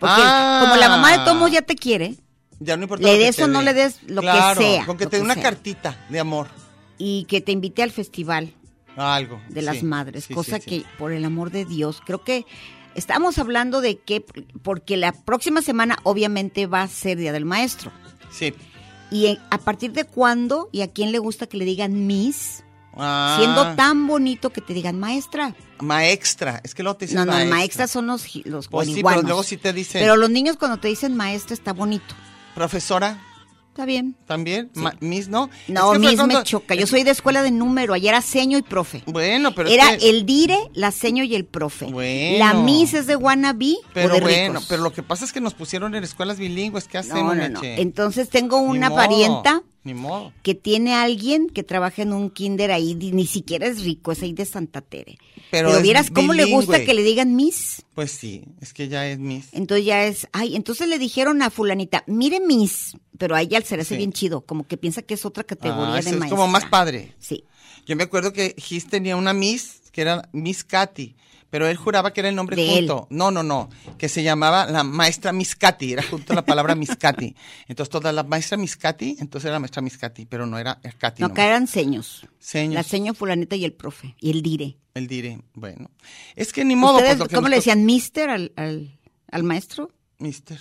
Speaker 2: Porque
Speaker 4: Ah.
Speaker 2: como la mamá de Tomo ya te quiere
Speaker 4: Ya no importa.
Speaker 2: Le
Speaker 4: lo que
Speaker 2: des
Speaker 4: te
Speaker 2: o no
Speaker 4: dé.
Speaker 2: le des, lo que
Speaker 4: Claro,
Speaker 2: sea,
Speaker 4: Con que
Speaker 2: lo
Speaker 4: te dé
Speaker 2: que
Speaker 4: una
Speaker 2: sea.
Speaker 4: cartita de amor.
Speaker 2: y que te invite al festival
Speaker 4: Algo.
Speaker 2: de
Speaker 4: sí,
Speaker 2: las madres,
Speaker 4: sí, sí,
Speaker 2: cosa
Speaker 4: sí.
Speaker 2: que por el amor de Dios, creo que estamos hablando de que porque la próxima semana obviamente va a ser Día del Maestro.
Speaker 4: Sí.
Speaker 2: ¿Y en- a partir de cuándo y a quién le gusta que le digan miss?
Speaker 4: Ah,
Speaker 2: Siendo tan bonito que te digan maestra.
Speaker 4: Maestra. Es que luego te dicen
Speaker 2: No, no,
Speaker 4: maestra.
Speaker 2: maestras son los, gi- los
Speaker 4: Pues sí,
Speaker 2: guaniguanos.
Speaker 4: pero luego sí te dicen
Speaker 2: Pero los niños cuando te dicen maestra está bonito.
Speaker 4: profesora.
Speaker 2: Está bien.
Speaker 4: También, Ma- Miss, ¿no?
Speaker 2: No,
Speaker 4: Es que fue
Speaker 2: miss
Speaker 4: cuando-
Speaker 2: me choca. Yo soy de escuela de número. Ayer era seño y profe.
Speaker 4: Bueno, pero es
Speaker 2: Era
Speaker 4: que-
Speaker 2: el dire, la seño y el profe.
Speaker 4: Bueno.
Speaker 2: La miss es de wannabe
Speaker 4: Pero
Speaker 2: o de
Speaker 4: bueno,
Speaker 2: ricos.
Speaker 4: pero lo que pasa es que nos pusieron en escuelas bilingües, ¿qué
Speaker 2: no,
Speaker 4: hacemos,
Speaker 2: no, no.
Speaker 4: Meche?
Speaker 2: Entonces tengo
Speaker 4: Ni
Speaker 2: una
Speaker 4: modo,
Speaker 2: parienta
Speaker 4: Ni modo.
Speaker 2: que tiene a alguien que trabaja en un kinder ahí, di- ni siquiera es rico, es ahí de Santa Tere.
Speaker 4: Pero
Speaker 2: Pero,
Speaker 4: es
Speaker 2: vieras cómo le gusta
Speaker 4: bilingüe.
Speaker 2: que le digan Miss.
Speaker 4: Pues sí, es que ya es Miss.
Speaker 2: Entonces ya es, ay, entonces le dijeron a fulanita, mire Miss, pero a ella se le hace
Speaker 4: Sí.
Speaker 2: bien chido, como que piensa que es otra categoría
Speaker 4: Ah,
Speaker 2: de
Speaker 4: eso
Speaker 2: maestra.
Speaker 4: es como más padre.
Speaker 2: Sí.
Speaker 4: Yo me acuerdo que Gis tenía una Miss, que era Miss Katy, pero él juraba que era el nombre
Speaker 2: De él.
Speaker 4: junto. No, no, no, que se llamaba la maestra Miss Katy, era junto la palabra Miss Katy. Entonces, toda la maestra Miss Katy, entonces era la maestra Miss Katy, pero no era Katy.
Speaker 2: No,
Speaker 4: nomás.
Speaker 2: acá eran seños.
Speaker 4: Seños.
Speaker 2: La seño fulanita y el profe, y el dire.
Speaker 4: El dire, bueno. Es que ni modo.
Speaker 2: ¿Ustedes
Speaker 4: pues, lo que
Speaker 2: cómo
Speaker 4: nos
Speaker 2: le
Speaker 4: to-
Speaker 2: decían mister al, al, al maestro?
Speaker 4: Mister.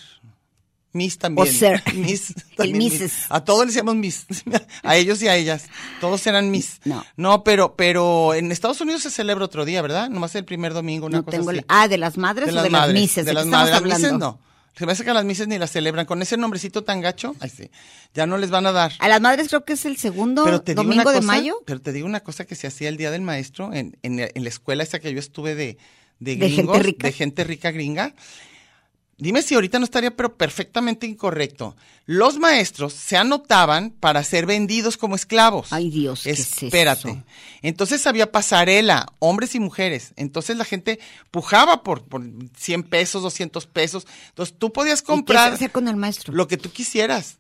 Speaker 4: Miss también.
Speaker 2: O sir.
Speaker 4: Miss.
Speaker 2: El
Speaker 4: también miss.
Speaker 2: misses.
Speaker 4: A todos le decíamos Miss. A ellos y a ellas. Todos eran Miss.
Speaker 2: No.
Speaker 4: No, pero, pero en Estados Unidos se celebra otro día, ¿verdad? Nomás el primer domingo, una
Speaker 2: no
Speaker 4: cosa
Speaker 2: tengo
Speaker 4: así.
Speaker 2: el- Ah, ¿de las madres o de las
Speaker 4: madres,
Speaker 2: mises? ¿De,
Speaker 4: De
Speaker 2: qué
Speaker 4: las
Speaker 2: estamos
Speaker 4: madres. Las
Speaker 2: hablando?
Speaker 4: mises no. Se me hace que a las mises ni las celebran. Con ese nombrecito tan gacho, ay, sí, ya no les van a dar.
Speaker 2: A las madres creo que es el segundo
Speaker 4: Pero te digo
Speaker 2: domingo
Speaker 4: una
Speaker 2: de
Speaker 4: cosa,
Speaker 2: mayo.
Speaker 4: Pero te digo una cosa que se hacía el día del maestro en, en- en la escuela esa que yo estuve de,
Speaker 2: De
Speaker 4: de
Speaker 2: gente
Speaker 4: gringos,
Speaker 2: rica.
Speaker 4: de gente rica gringa. Dime si ahorita no estaría, pero perfectamente incorrecto. Los maestros se anotaban para ser vendidos como esclavos.
Speaker 2: Ay, Dios, ¿qué es eso?
Speaker 4: Espérate. Entonces había pasarela, hombres y mujeres. Entonces la gente pujaba por, por 100 pesos, 200 pesos. Entonces tú podías
Speaker 2: ¿Y qué
Speaker 4: comprar
Speaker 2: hacer con el maestro?
Speaker 4: lo que tú quisieras.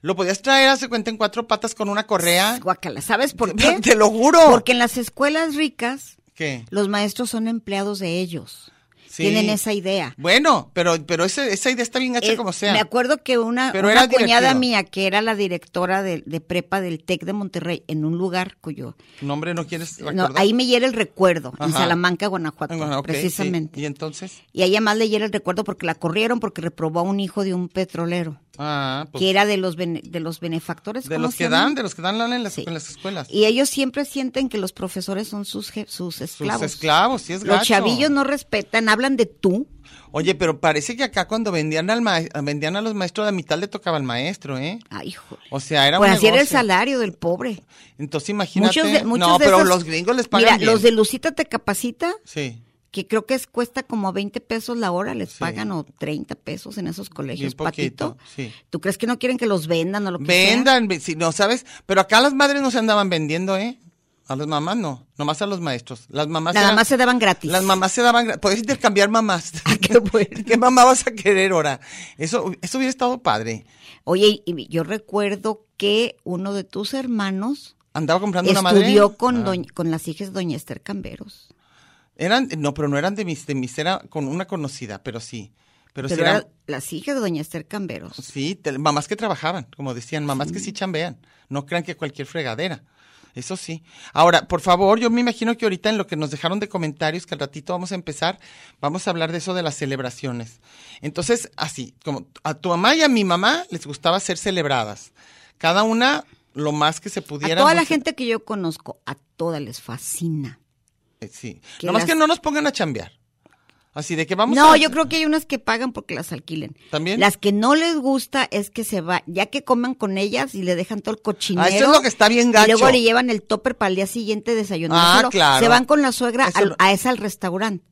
Speaker 4: Lo podías traer, hace cuenta, en cuatro patas con una correa.
Speaker 2: Guácala, ¿sabes por
Speaker 4: Te-
Speaker 2: qué?
Speaker 4: Te lo juro.
Speaker 2: Porque en las escuelas ricas,
Speaker 4: ¿Qué?
Speaker 2: los maestros son empleados de ellos.
Speaker 4: Sí.
Speaker 2: Tienen esa idea.
Speaker 4: Bueno, pero, pero ese- esa idea está bien gacha
Speaker 2: Eh,
Speaker 4: como sea.
Speaker 2: Me acuerdo que una,
Speaker 4: Pero
Speaker 2: una
Speaker 4: era
Speaker 2: cuñada
Speaker 4: divertido.
Speaker 2: mía, que era la directora de, de prepa del TEC de Monterrey, en un lugar cuyo...
Speaker 4: Nombre no quieres
Speaker 2: No,
Speaker 4: recordar.
Speaker 2: ahí me hiere el recuerdo, en
Speaker 4: Ajá.
Speaker 2: Salamanca, Guanajuato,
Speaker 4: Bueno, ok, sí.
Speaker 2: precisamente.
Speaker 4: Y entonces,
Speaker 2: Y a ella más le hiere el recuerdo porque la corrieron porque reprobó a un hijo de un petrolero,
Speaker 4: ah, pues,
Speaker 2: que era de los bene- de los benefactores.
Speaker 4: de
Speaker 2: ¿cómo
Speaker 4: los
Speaker 2: se
Speaker 4: que
Speaker 2: llama?
Speaker 4: dan, de los que dan lana en las,
Speaker 2: Sí.
Speaker 4: en las escuelas.
Speaker 2: Y ellos siempre sienten que los profesores son sus, je- sus
Speaker 4: Sus
Speaker 2: esclavos.
Speaker 4: esclavos, sí es gacho.
Speaker 2: Los chavillos no respetan, hablan de tú.
Speaker 4: Oye, pero parece que acá cuando vendían al ma- vendían a los maestros, la mitad le tocaba al maestro, ¿eh?
Speaker 2: Ay, joder.
Speaker 4: O sea, era
Speaker 2: pues
Speaker 4: un
Speaker 2: así era el
Speaker 4: negocio.
Speaker 2: salario del pobre.
Speaker 4: Entonces imagínate.
Speaker 2: Muchos de, muchos
Speaker 4: no,
Speaker 2: de
Speaker 4: pero
Speaker 2: esos-
Speaker 4: los gringos les pagan
Speaker 2: Mira,
Speaker 4: bien.
Speaker 2: los de Lucita te capacita,
Speaker 4: Sí,
Speaker 2: que creo que es, cuesta como 20 pesos la hora, les
Speaker 4: Sí.
Speaker 2: pagan o 30 pesos en esos colegios,
Speaker 4: Bien poquito,
Speaker 2: patito.
Speaker 4: sí.
Speaker 2: ¿Tú crees que no quieren que los vendan o lo que sea?
Speaker 4: Vendan, ve- si no sabes, pero acá las madres no se andaban vendiendo, ¿eh? A las mamás no, nomás a los maestros. Las mamás
Speaker 2: Nada
Speaker 4: eran-
Speaker 2: más se daban gratis.
Speaker 4: Las mamás se daban, gra- podías intercambiar mamás.
Speaker 2: Ah, qué bueno.
Speaker 4: ¿Qué mamá vas a querer ahora? Eso, eso hubiera estado padre.
Speaker 2: Oye, y yo recuerdo que uno de tus hermanos
Speaker 4: Andaba comprando una madre. Ah.
Speaker 2: estudió con, doña- con las hijas de Doña Esther Camberos.
Speaker 4: Eran, no, pero no eran de mis, de mis, era con una conocida, pero sí. Pero, sí
Speaker 2: Pero eran
Speaker 4: eran-
Speaker 2: las hijas de Doña Esther Camberos.
Speaker 4: Pues sí, te- mamás que trabajaban, como decían, mamás que sí chambean. No crean que cualquier fregadera. Eso sí. Ahora, por favor, yo me imagino que ahorita en lo que nos dejaron de comentarios, que al ratito vamos a empezar, vamos a hablar de eso de las celebraciones. Entonces, así, como a tu mamá y a mi mamá les gustaba ser celebradas. Cada una lo más que se
Speaker 2: A
Speaker 4: pudiera.
Speaker 2: toda la
Speaker 4: no sé-
Speaker 2: gente que yo conozco, a todas les fascina.
Speaker 4: Eh, Sí.
Speaker 2: que
Speaker 4: Nomás
Speaker 2: las-
Speaker 4: que no nos pongan a chambear. Así de que vamos
Speaker 2: no,
Speaker 4: a-
Speaker 2: yo creo que hay unas que pagan porque las alquilen.
Speaker 4: ¿También?
Speaker 2: Las que no les gusta es que se va, ya que coman con ellas y le dejan todo el cochinero.
Speaker 4: Ah, eso es lo que está bien
Speaker 2: Y luego
Speaker 4: gacho.
Speaker 2: le llevan el topper para el día siguiente desayunar.
Speaker 4: Ah, claro.
Speaker 2: Se van con la suegra
Speaker 4: Eso
Speaker 2: al-
Speaker 4: no-
Speaker 2: a esa al restaurante.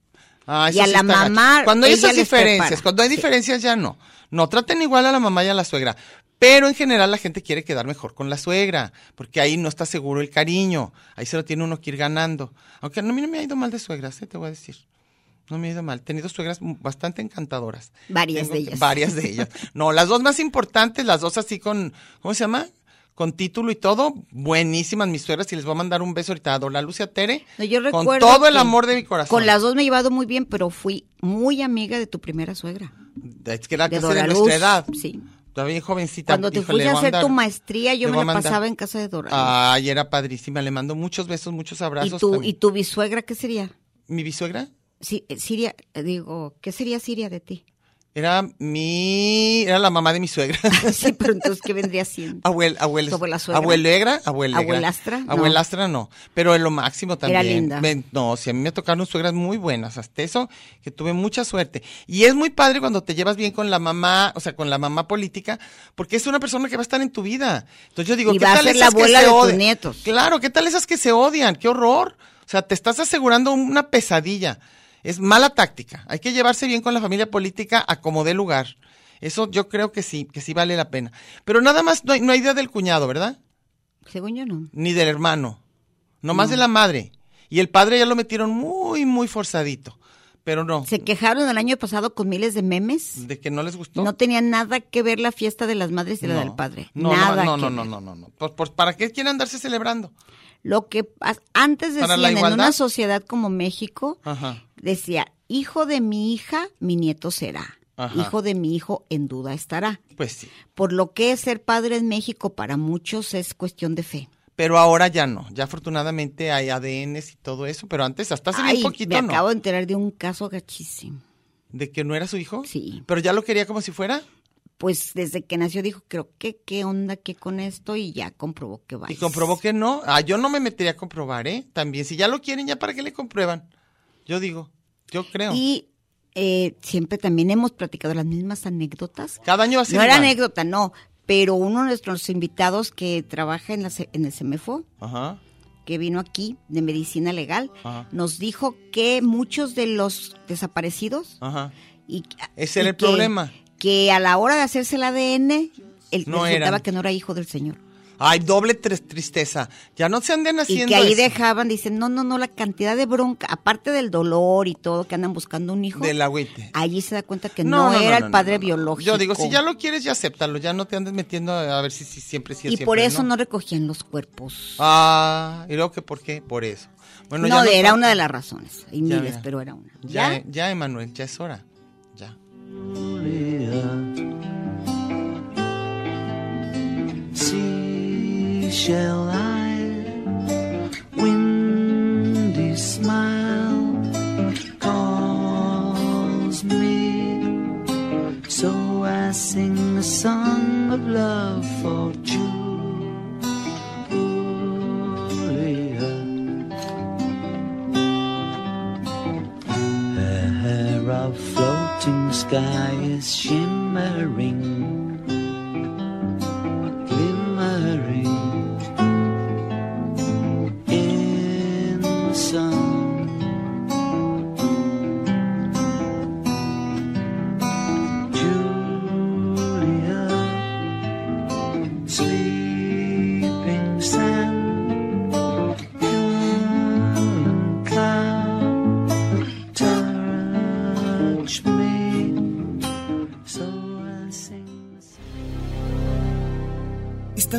Speaker 4: Ah,
Speaker 2: y
Speaker 4: eso
Speaker 2: a
Speaker 4: sí
Speaker 2: la
Speaker 4: está gacho.
Speaker 2: mamá.
Speaker 4: Cuando hay
Speaker 2: ella
Speaker 4: esas
Speaker 2: les
Speaker 4: diferencias,
Speaker 2: prepara.
Speaker 4: cuando hay
Speaker 2: Sí.
Speaker 4: diferencias ya no. No traten igual a la mamá y a la suegra. Pero en general la gente quiere quedar mejor con la suegra, porque ahí no está seguro el cariño. Ahí se lo tiene uno que ir ganando. Aunque no, a mí no me ha ido mal de suegras, eh, te voy a decir. No me ha ido mal. He tenido suegras m- bastante encantadoras.
Speaker 2: Varias
Speaker 4: Tengo
Speaker 2: de
Speaker 4: que-
Speaker 2: ellas.
Speaker 4: Varias de ellas. No, las dos más importantes, las dos así con, ¿cómo se llama? Con título y todo. Buenísimas mis suegras y les voy a mandar un beso ahorita a Dora Lucia Tere.
Speaker 2: No, yo
Speaker 4: con
Speaker 2: recuerdo
Speaker 4: todo el
Speaker 2: que
Speaker 4: amor de mi corazón.
Speaker 2: Con las dos me he llevado muy bien, pero fui muy amiga de tu primera suegra.
Speaker 4: Es Ah, que era
Speaker 2: De
Speaker 4: casi
Speaker 2: Dora
Speaker 4: de
Speaker 2: Luz.
Speaker 4: nuestra edad.
Speaker 2: Sí.
Speaker 4: Estaba bien jovencita.
Speaker 2: Cuando te
Speaker 4: Híjole,
Speaker 2: fuiste
Speaker 4: le
Speaker 2: a
Speaker 4: voy
Speaker 2: hacer tu
Speaker 4: mandar-
Speaker 2: maestría, yo
Speaker 4: le
Speaker 2: me
Speaker 4: voy
Speaker 2: la
Speaker 4: a mandar.
Speaker 2: pasaba en casa de Dora. Luz.
Speaker 4: Ay, era padrísima. Le mando muchos besos, muchos abrazos.
Speaker 2: ¿Y, tu,
Speaker 4: también.
Speaker 2: ¿Y tu bisuegra qué sería?
Speaker 4: ¿Mi bisuegra?
Speaker 2: Sí, eh, Siria, eh, digo, ¿qué sería Siria de ti?
Speaker 4: Era mi... Era la mamá de mi suegra.
Speaker 2: Sí, pero entonces, ¿qué vendría siendo?
Speaker 4: Abuel, abuel,
Speaker 2: ¿Tu abuela suegra?
Speaker 4: Abuelegra, abuelegra.
Speaker 2: ¿Abuelastra? No.
Speaker 4: Abuelastra no, pero en lo máximo también.
Speaker 2: linda.
Speaker 4: Ven, No, sí, a mí me tocaron suegras muy buenas, hasta eso, que tuve mucha suerte. Y es muy padre cuando te llevas bien con la mamá, o sea, con la mamá política, porque es una persona que va a estar en tu vida. Entonces yo digo,
Speaker 2: Y
Speaker 4: ¿qué
Speaker 2: va a
Speaker 4: tal
Speaker 2: ser
Speaker 4: esas
Speaker 2: la abuela
Speaker 4: que
Speaker 2: de
Speaker 4: se
Speaker 2: tus
Speaker 4: odian?
Speaker 2: nietos.
Speaker 4: Claro, ¿qué tal esas que se odian? ¡Qué horror! O sea, te estás asegurando una pesadilla. Es mala táctica. Hay que llevarse bien con la familia política a como dé lugar. Eso yo creo que sí, que sí vale la pena. Pero nada más, no hay, no hay idea del cuñado, ¿verdad?
Speaker 2: Según yo, no.
Speaker 4: Ni del hermano. Nomás de la madre. Y el padre ya lo metieron muy, muy forzadito. Pero no.
Speaker 2: Se quejaron el año pasado con miles de memes.
Speaker 4: De que no les gustó.
Speaker 2: No tenía nada que ver la fiesta de las madres y la
Speaker 4: No.
Speaker 2: del padre.
Speaker 4: No,
Speaker 2: nada
Speaker 4: no,
Speaker 2: que
Speaker 4: no,
Speaker 2: ver.
Speaker 4: no, no, no, no. Pues, pues, ¿Para qué quieren andarse celebrando?
Speaker 2: Lo que pas- antes
Speaker 4: ¿Para la
Speaker 2: decían en
Speaker 4: igualdad? Ah.
Speaker 2: una sociedad como México,
Speaker 4: Ajá.
Speaker 2: decía, hijo de mi hija, mi nieto será.
Speaker 4: Ajá.
Speaker 2: Hijo de mi hijo, en duda estará.
Speaker 4: Pues sí.
Speaker 2: Por lo que ser padre en México para muchos es cuestión de fe.
Speaker 4: Pero ahora ya no. Ya afortunadamente hay ADNs y todo eso. Pero antes, hasta hace
Speaker 2: Ay,
Speaker 4: bien poquito,
Speaker 2: me
Speaker 4: ¿no?
Speaker 2: acabo de enterar de un caso gachísimo.
Speaker 4: De que no era su hijo.
Speaker 2: Sí.
Speaker 4: Pero ya lo quería como si fuera.
Speaker 2: Pues desde que nació dijo, creo que qué onda, qué con esto, y ya comprobó que va.
Speaker 4: Y comprobó que no. Ah, yo no me metería a comprobar, ¿eh? También. Si ya lo quieren, ¿ya para qué le comprueban? Yo digo. Yo creo.
Speaker 2: Y eh, siempre también hemos platicado las mismas anécdotas.
Speaker 4: Cada año va a ser
Speaker 2: no era
Speaker 4: igual.
Speaker 2: anécdota, no, pero uno de nuestros invitados que trabaja en, la, se- en el CEMEFO,
Speaker 4: Ajá.
Speaker 2: que vino aquí de medicina legal,
Speaker 4: Ajá.
Speaker 2: nos dijo que muchos de los desaparecidos
Speaker 4: Ajá.
Speaker 2: y y
Speaker 4: Ese era Ah. el
Speaker 2: que-
Speaker 4: problema.
Speaker 2: Que a la hora de hacerse el ADN, él
Speaker 4: No
Speaker 2: resultaba
Speaker 4: eran.
Speaker 2: que no era hijo del señor.
Speaker 4: Ay, doble tres- tristeza. Ya no se anden haciendo.
Speaker 2: Y que ahí
Speaker 4: eso.
Speaker 2: dejaban, dicen, no, no, no, la cantidad de bronca, aparte del dolor y todo, que andan buscando un hijo.
Speaker 4: Del agüite.
Speaker 2: Allí se da cuenta que no, era el
Speaker 4: no,
Speaker 2: padre
Speaker 4: no, no.
Speaker 2: biológico.
Speaker 4: Yo digo, si ya lo quieres, ya acéptalo. Ya no te andes metiendo a ver si, si siempre sí es
Speaker 2: Y
Speaker 4: siempre,
Speaker 2: por eso no. recogían los cuerpos.
Speaker 4: Ah, y luego que por qué, por eso. Bueno,
Speaker 2: no,
Speaker 4: ya
Speaker 2: era una de las razones. Hay
Speaker 4: Ya,
Speaker 2: miles,
Speaker 4: ya.
Speaker 2: pero era una. ¿Ya?
Speaker 4: Ya, ya, Emanuel, ya es hora. Ya.
Speaker 3: Seashell eye, windy smile calls me. So I sing a song of love for Julia. The hair of floating sky is shimmering, glimmering in the sun. Julia, sleeping sand, human cloud touch me so I sing the
Speaker 6: Está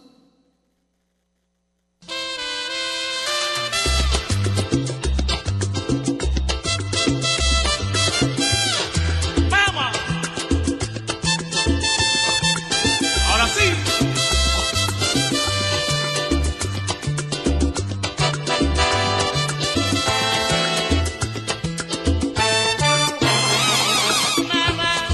Speaker 8: ¡Vamos! ¡Ahora sí! Mamá,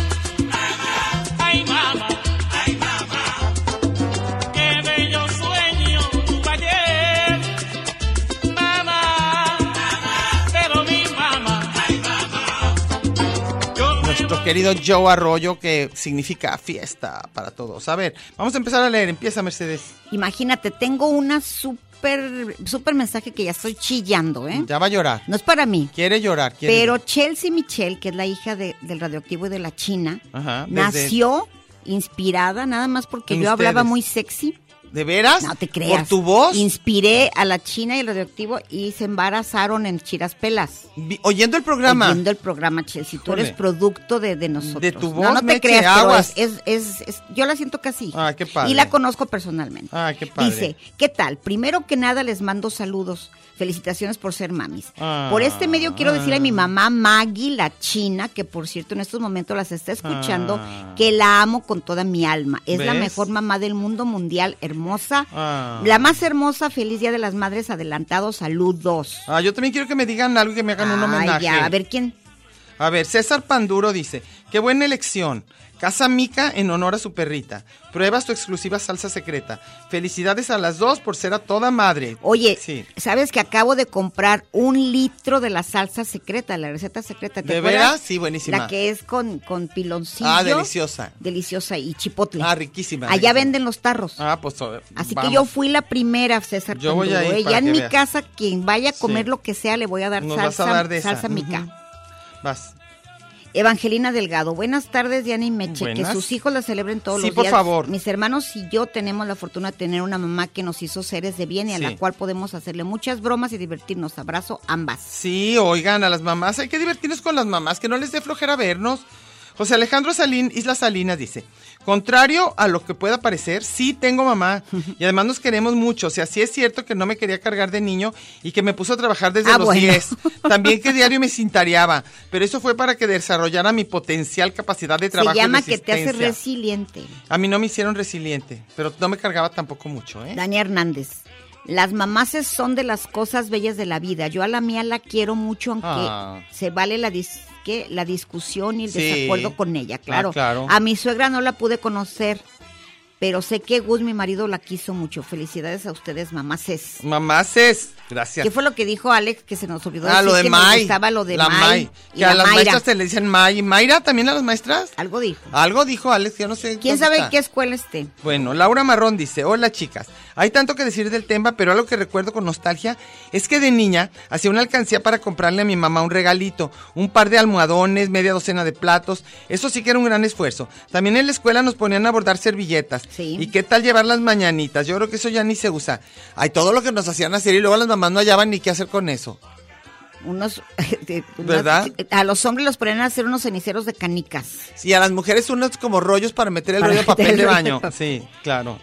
Speaker 4: querido Joe Arroyo, que significa fiesta para todos. A ver, vamos a empezar a leer. Empieza, Mercedes.
Speaker 2: Imagínate, tengo una súper, súper mensaje que ya estoy chillando, ¿eh?
Speaker 4: Ya va a llorar.
Speaker 2: No es para mí.
Speaker 4: Quiere llorar. Quiere
Speaker 2: Pero
Speaker 4: llorar.
Speaker 2: Chelsea Michelle, que es la hija de- del radioactivo y de la China,
Speaker 4: Ajá, desde-
Speaker 2: nació inspirada nada más porque
Speaker 4: En
Speaker 2: yo hablaba
Speaker 4: ustedes.
Speaker 2: muy sexy.
Speaker 4: ¿De veras?
Speaker 2: No te creas.
Speaker 4: ¿Por tu voz?
Speaker 2: Inspiré a la China y el radioactivo y se embarazaron en Chiras Pelas.
Speaker 4: Vi- Oyendo el programa.
Speaker 2: Oyendo el programa, Chelsea. Tú
Speaker 4: Híjole.
Speaker 2: eres producto de, de nosotros.
Speaker 4: De tu
Speaker 2: No,
Speaker 4: voz,
Speaker 2: no te
Speaker 4: Meche,
Speaker 2: creas, pero
Speaker 4: aguas.
Speaker 2: es, es- es- es- yo la siento casi.
Speaker 4: Ah, qué padre.
Speaker 2: Y la conozco personalmente.
Speaker 4: Ah, qué padre.
Speaker 2: Dice, ¿qué tal? Primero que nada les mando saludos. Felicitaciones por ser mamis.
Speaker 4: Ah.
Speaker 2: por este medio quiero decirle a mi mamá Maggie, la china, que por cierto en estos momentos las está escuchando,
Speaker 4: Ah.
Speaker 2: que la amo con toda mi alma. Es la
Speaker 4: ¿Ves?
Speaker 2: mejor mamá del mundo mundial, hermosa.
Speaker 4: Ah.
Speaker 2: La más hermosa, feliz Día de las Madres adelantado, saludos.
Speaker 4: Ah, yo también quiero que me digan algo y que me hagan un
Speaker 2: Ay,
Speaker 4: homenaje.
Speaker 2: ya, a ver quién.
Speaker 4: A ver, César Panduro dice, qué buena elección. Casa Mica en honor a su perrita. Pruebas tu exclusiva salsa secreta. Felicidades a las dos por ser a toda madre.
Speaker 2: Oye,
Speaker 4: Sí.
Speaker 2: ¿sabes que acabo de comprar un litro de la salsa secreta, la receta secreta? ¿Te
Speaker 4: ¿De
Speaker 2: acuerdas?
Speaker 4: veras? Sí, buenísima.
Speaker 2: La que es con, con piloncillo.
Speaker 4: Ah, deliciosa.
Speaker 2: Deliciosa y chipotle.
Speaker 4: Ah, riquísima.
Speaker 2: Allá
Speaker 4: riquísima.
Speaker 2: venden los tarros.
Speaker 4: Ah, pues oh,
Speaker 2: Así
Speaker 4: vamos.
Speaker 2: que yo fui la primera, César.
Speaker 4: Yo voy
Speaker 2: Panduro,
Speaker 4: a ir
Speaker 2: ¿eh?
Speaker 4: para
Speaker 2: Ya en
Speaker 4: que
Speaker 2: mi
Speaker 4: veas.
Speaker 2: casa, quien vaya a comer
Speaker 4: Sí.
Speaker 2: lo que sea, le voy a dar
Speaker 4: Nos vas
Speaker 2: salsa,
Speaker 4: a dar de esa.
Speaker 2: salsa mica.
Speaker 4: Ujú. Vas.
Speaker 2: Evangelina Delgado, buenas tardes Diana y Meche,
Speaker 4: Buenas.
Speaker 2: que sus hijos la celebren todos
Speaker 4: Sí,
Speaker 2: los
Speaker 4: por
Speaker 2: días.
Speaker 4: favor.
Speaker 2: Mis hermanos y yo tenemos la fortuna de tener una mamá que nos hizo seres de bien y a
Speaker 4: Sí.
Speaker 2: la cual podemos hacerle muchas bromas y divertirnos. Abrazo ambas.
Speaker 4: Sí, oigan, a las mamás, hay que divertirnos con las mamás, que no les dé flojera vernos. José Alejandro Salín, Isla Salinas dice, contrario a lo que pueda parecer, sí tengo mamá y además nos queremos mucho. O sea, sí es cierto que no me quería cargar de niño y que me puso a trabajar desde
Speaker 2: Ah,
Speaker 4: los
Speaker 2: bueno.
Speaker 4: 10. También que diario me cintareaba, pero eso fue para que desarrollara mi potencial capacidad de trabajo.
Speaker 2: Se
Speaker 4: y
Speaker 2: llama que te hace
Speaker 4: resistencia.
Speaker 2: resiliente.
Speaker 4: A mí no me hicieron resiliente, pero no me cargaba tampoco mucho, ¿eh?
Speaker 2: Dani Hernández. Las mamaces son de las cosas bellas de la vida. Yo a la mía la quiero mucho, aunque
Speaker 4: Ah.
Speaker 2: se vale la dis- ¿qué? la discusión y el
Speaker 4: Sí.
Speaker 2: desacuerdo con ella, claro.
Speaker 4: Ah, claro.
Speaker 2: A mi suegra no la pude conocer, pero sé que Gus, mi marido, la quiso mucho. Felicidades a ustedes, mamaces.
Speaker 4: Mamás es, gracias.
Speaker 2: ¿Qué fue lo que dijo Alex que se nos olvidó
Speaker 4: Ah,
Speaker 2: decir
Speaker 4: lo de
Speaker 2: que nos
Speaker 4: May.
Speaker 2: gustaba lo de
Speaker 4: la
Speaker 2: May, y
Speaker 4: Que a
Speaker 2: la
Speaker 4: las
Speaker 2: Mayra?
Speaker 4: maestras se le dicen May. ¿Mayra también a las maestras?
Speaker 2: Algo dijo.
Speaker 4: Algo dijo Alex, yo no sé.
Speaker 2: ¿Quién
Speaker 4: dónde
Speaker 2: sabe en
Speaker 4: está.
Speaker 2: qué escuela esté?
Speaker 4: Bueno, Laura Marrón dice, hola chicas, hay tanto que decir del tema, pero algo que recuerdo con nostalgia es que de niña hacía una alcancía para comprarle a mi mamá un regalito, un par de almohadones, media docena de platos, eso sí que era un gran esfuerzo. También en la escuela nos ponían a bordar servilletas.
Speaker 2: Sí.
Speaker 4: ¿Y qué tal llevar las mañanitas? Yo creo que eso ya ni se usa. Hay todo lo que nos hacían hacer y luego las mamás no hallaban ni qué hacer con eso.
Speaker 2: Unos, unos-
Speaker 4: ¿Verdad?
Speaker 2: A los hombres los ponían a hacer unos ceniceros de canicas.
Speaker 4: Sí, a las mujeres unos como rollos para meter el
Speaker 2: Para
Speaker 4: rollo de
Speaker 2: meter
Speaker 4: papel
Speaker 2: el
Speaker 4: de
Speaker 2: rollo
Speaker 4: baño.
Speaker 2: de papel.
Speaker 4: Sí, claro.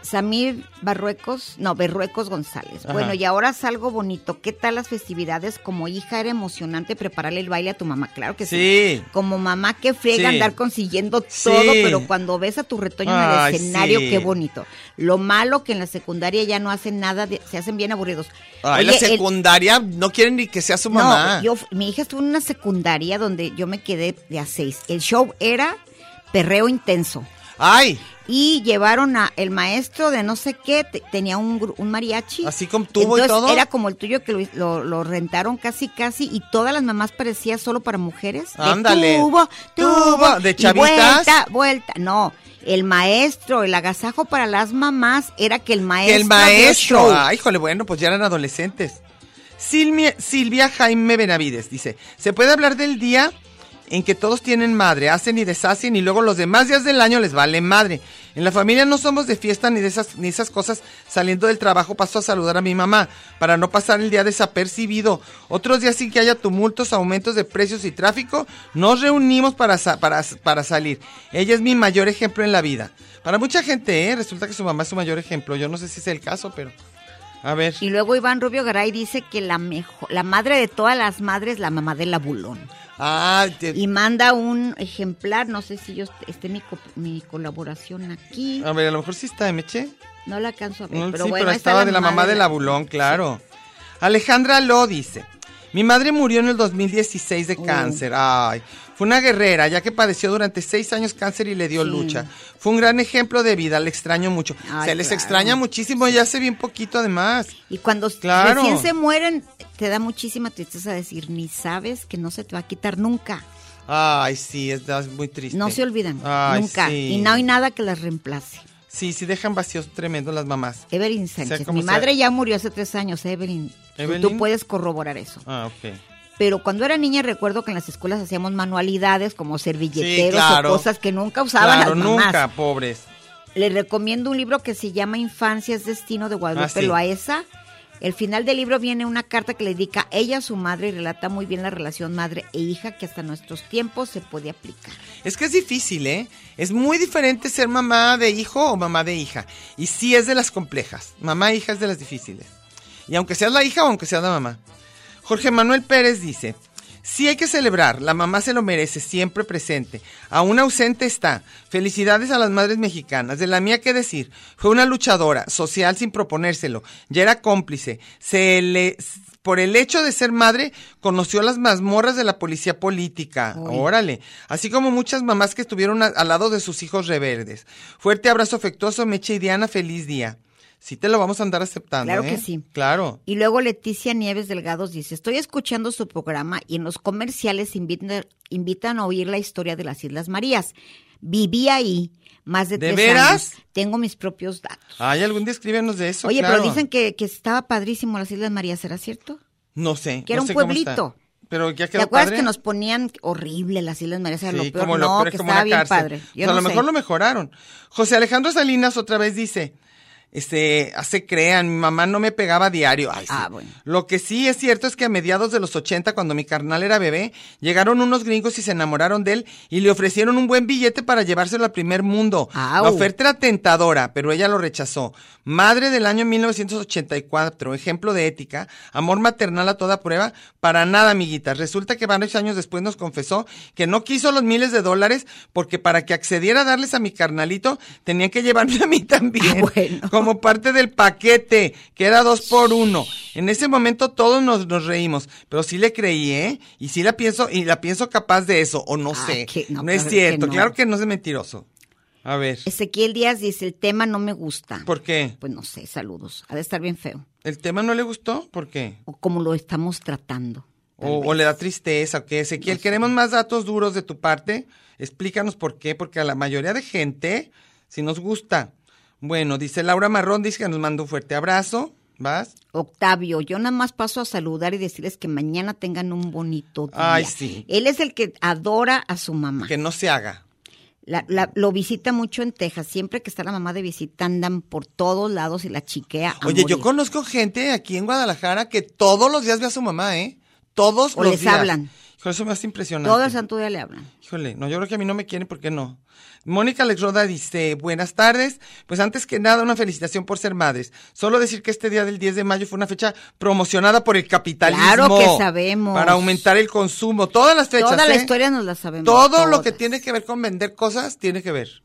Speaker 2: Samir Barruecos, no, Berruecos González.
Speaker 4: Ajá.
Speaker 2: Bueno, y ahora es algo bonito. ¿Qué tal las festividades? Como hija era emocionante prepararle el baile a tu mamá, claro que sí.
Speaker 4: Sí.
Speaker 2: Como mamá que friega
Speaker 4: Sí.
Speaker 2: andar consiguiendo
Speaker 4: Sí.
Speaker 2: todo, pero cuando ves a tu retoño en
Speaker 4: Ay,
Speaker 2: el escenario,
Speaker 4: sí.
Speaker 2: qué bonito. Lo malo que en la secundaria ya no hacen nada, de- se hacen bien aburridos.
Speaker 4: Ay, la
Speaker 2: Oye, el-
Speaker 4: secundaria no quieren ni que sea su
Speaker 2: no,
Speaker 4: mamá.
Speaker 2: yo, mi hija estuvo en una secundaria donde yo me quedé de a seis. El show era perreo intenso.
Speaker 4: Ay,
Speaker 2: y llevaron a el maestro de no sé qué, te- tenía un, gru- un mariachi.
Speaker 4: Así con tubo y
Speaker 2: Entonces,
Speaker 4: todo.
Speaker 2: Era como el tuyo que lo, lo- lo rentaron casi casi y todas las mamás parecía solo para mujeres. De
Speaker 4: Ándale.
Speaker 2: Tubo,
Speaker 4: Tubo,
Speaker 2: tubo,
Speaker 4: de
Speaker 2: y
Speaker 4: chavitas.
Speaker 2: Vuelta, vuelta. No, el maestro, el agasajo para las mamás era que el
Speaker 4: que
Speaker 2: maestro.
Speaker 4: el
Speaker 2: dio
Speaker 4: maestro.
Speaker 2: show.
Speaker 4: Ay, híjole, bueno, pues ya eran adolescentes. Silvia, Silvia Jaime Benavides dice, ¿se puede hablar del día en que todos tienen madre, hacen y deshacen y luego los demás días del año les vale madre? En la familia no somos de fiesta ni de esas, ni esas cosas. Saliendo del trabajo paso a saludar a mi mamá para no pasar el día desapercibido. Otros días sin que haya tumultos, aumentos de precios y tráfico, nos reunimos para, sa- para, para salir. Ella es mi mayor ejemplo en la vida. Para mucha gente, ¿eh? resulta que su mamá es su mayor ejemplo. Yo no sé si es el caso, pero... A ver.
Speaker 2: Y luego Iván Rubio Garay dice que la mejor, la madre de todas las madres, la mamá del abulón.
Speaker 4: Ah, te-
Speaker 2: Y manda un ejemplar, no sé si yo est- esté mi, co- mi colaboración aquí.
Speaker 4: a ver, a lo mejor sí está Meche.
Speaker 2: No la alcanzo a ver,
Speaker 4: No,
Speaker 2: Eh, pero
Speaker 4: Mm, sí,
Speaker 2: bueno,
Speaker 4: pero
Speaker 2: ahí está
Speaker 4: estaba de la mamá del
Speaker 2: la-
Speaker 4: abulón, claro. Alejandra Lo dice. Mi madre murió en el 2016
Speaker 2: Uh.
Speaker 4: de cáncer. Ay, fue una guerrera, ya que padeció durante seis años cáncer y le dio
Speaker 2: Sí.
Speaker 4: lucha. Fue un gran ejemplo de vida, le extraño mucho.
Speaker 2: Ay,
Speaker 4: Se les
Speaker 2: claro.
Speaker 4: extraña muchísimo, ya hace bien poquito además.
Speaker 2: Y cuando
Speaker 4: Claro.
Speaker 2: recién se mueren, te da muchísima tristeza decir, ni sabes que no se te va a quitar nunca.
Speaker 4: Ay, sí, es, es muy triste.
Speaker 2: No se olvidan,
Speaker 4: Ay,
Speaker 2: nunca.
Speaker 4: sí.
Speaker 2: Y no hay nada que las reemplace.
Speaker 4: Sí, sí, dejan vacíos tremendos las mamás.
Speaker 2: Evelyn
Speaker 4: Sea
Speaker 2: Sánchez.
Speaker 4: como
Speaker 2: Mi
Speaker 4: sea.
Speaker 2: madre ya murió hace tres años, Evelyn. Tú- Tú
Speaker 4: Evelyn.
Speaker 2: puedes corroborar eso.
Speaker 4: Ah, ok.
Speaker 2: Pero cuando era niña recuerdo que en las escuelas hacíamos manualidades como servilleteros
Speaker 4: claro.
Speaker 2: o cosas que nunca usaban
Speaker 4: claro,
Speaker 2: las mamás.
Speaker 4: nunca, pobres.
Speaker 2: Les recomiendo un libro que se llama Infancia es Destino de Guadalupe
Speaker 4: Ah, sí.
Speaker 2: Loaesa. El final del libro viene una carta que le dedica ella a su madre y relata muy bien la relación madre e hija que hasta nuestros tiempos se puede aplicar.
Speaker 4: Es que es difícil, ¿eh? Es muy diferente ser mamá de hijo o mamá de hija. Y sí es de las complejas. Mamá e hija es de las difíciles. Y aunque seas la hija o aunque seas la mamá. Jorge Manuel Pérez dice, sí hay que celebrar, la mamá se lo merece, siempre presente. Aún ausente está. Felicidades a las madres mexicanas. De la mía, ¿qué decir? Fue una luchadora, social sin proponérselo. Ya era cómplice. Se le... Por el hecho de ser madre, conoció las mazmorras de la policía política. Órale. Así como muchas mamás que estuvieron a- al lado de sus hijos reverdes. Fuerte abrazo afectuoso, Meche y Diana. Feliz día. Sí te lo vamos a andar aceptando.
Speaker 2: Claro que
Speaker 4: ¿eh?
Speaker 2: sí.
Speaker 4: Claro.
Speaker 2: Y luego Leticia Nieves Delgados dice, estoy escuchando su programa y en los comerciales invitan, invitan a oír la historia de las Islas Marías. Viví ahí más de,
Speaker 4: ¿De
Speaker 2: tres
Speaker 4: veras?
Speaker 2: años. Tengo mis propios datos.
Speaker 4: Ay, algún día escríbenos de eso.
Speaker 2: Oye,
Speaker 4: claro.
Speaker 2: pero dicen que, que estaba padrísimo las Islas Marías, ¿será cierto?
Speaker 4: No sé.
Speaker 2: que era
Speaker 4: no
Speaker 2: un
Speaker 4: sé cómo
Speaker 2: pueblito.
Speaker 4: está. Pero ya
Speaker 2: ¿Te
Speaker 4: quedó
Speaker 2: acuerdas
Speaker 4: padre.
Speaker 2: que nos ponían horrible las Islas Marías? Era
Speaker 4: Sí,
Speaker 2: lo peor,
Speaker 4: como
Speaker 2: no,
Speaker 4: peor,
Speaker 2: que
Speaker 4: como
Speaker 2: estaba
Speaker 4: una
Speaker 2: bien
Speaker 4: cárcel.
Speaker 2: padre.
Speaker 4: O
Speaker 2: Yo
Speaker 4: sea, a
Speaker 2: no
Speaker 4: lo
Speaker 2: sé.
Speaker 4: mejor lo mejoraron. José Alejandro Salinas otra vez dice, este, hace crean, mi mamá no me pegaba a diario. Ay, sí.
Speaker 2: Ah, bueno.
Speaker 4: Lo que sí es cierto es que a mediados de los 80, cuando mi carnal era bebé, llegaron unos gringos y se enamoraron de él y le ofrecieron un buen billete para llevárselo al primer mundo.
Speaker 2: Au.
Speaker 4: La oferta era tentadora, pero ella lo rechazó. Madre del año 1984, ejemplo de ética, amor maternal a toda prueba, para nada, amiguitas. Resulta que varios años después nos confesó que no quiso los miles de dólares porque para que accediera a darles a mi carnalito, tenían que llevarme a mí también.
Speaker 2: Ah, bueno.
Speaker 4: Como parte del paquete, que era dos por uno. En ese momento todos nos, nos reímos, pero sí le creí, ¿eh? Y sí la pienso, y la pienso capaz de eso, o no
Speaker 2: Ah,
Speaker 4: sé.
Speaker 2: que- no,
Speaker 4: no, es
Speaker 2: claro que
Speaker 4: cierto,
Speaker 2: no.
Speaker 4: claro que no es mentiroso. A ver.
Speaker 2: Ezequiel Díaz dice, el tema no me gusta.
Speaker 4: ¿Por qué?
Speaker 2: Pues no sé, saludos. Ha de estar bien feo.
Speaker 4: ¿El tema no le gustó? ¿Por qué?
Speaker 2: O como lo estamos tratando. tal
Speaker 4: O,
Speaker 2: vez.
Speaker 4: o le da tristeza, o qué. Ezequiel, queremos más datos duros de tu parte. Explícanos por qué, porque a la mayoría de gente sí nos gusta. Bueno, dice Laura Marrón, dice que nos manda un fuerte abrazo. ¿Vas?
Speaker 2: Octavio, yo nada más paso a saludar y decirles que mañana tengan un bonito día.
Speaker 4: Ay, sí.
Speaker 2: Él es el que adora a su mamá.
Speaker 4: Que no se haga.
Speaker 2: La- la- lo visita mucho en Texas. Siempre que está la mamá de visita andan por todos lados y la chiquea. a
Speaker 4: Oye, yo
Speaker 2: morir.
Speaker 4: conozco gente aquí en Guadalajara que todos los días ve a su mamá, ¿eh? Todos
Speaker 2: O
Speaker 4: los
Speaker 2: les
Speaker 4: días.
Speaker 2: hablan.
Speaker 4: Híjole, eso me hace impresionante.
Speaker 2: Todo el santo día le hablan.
Speaker 4: Híjole, no, yo creo que a mí no me quieren, ¿por qué no? Mónica Alex Roda dice, buenas tardes, pues antes que nada una felicitación por ser madres. Solo decir que este día del 10 de mayo fue una fecha promocionada por el capitalismo.
Speaker 2: Claro que sabemos.
Speaker 4: Para aumentar el consumo, todas las fechas.
Speaker 2: Toda la
Speaker 4: ¿eh?
Speaker 2: historia nos la sabemos.
Speaker 4: Todo lo
Speaker 2: todas.
Speaker 4: que tiene que ver con vender cosas tiene que ver.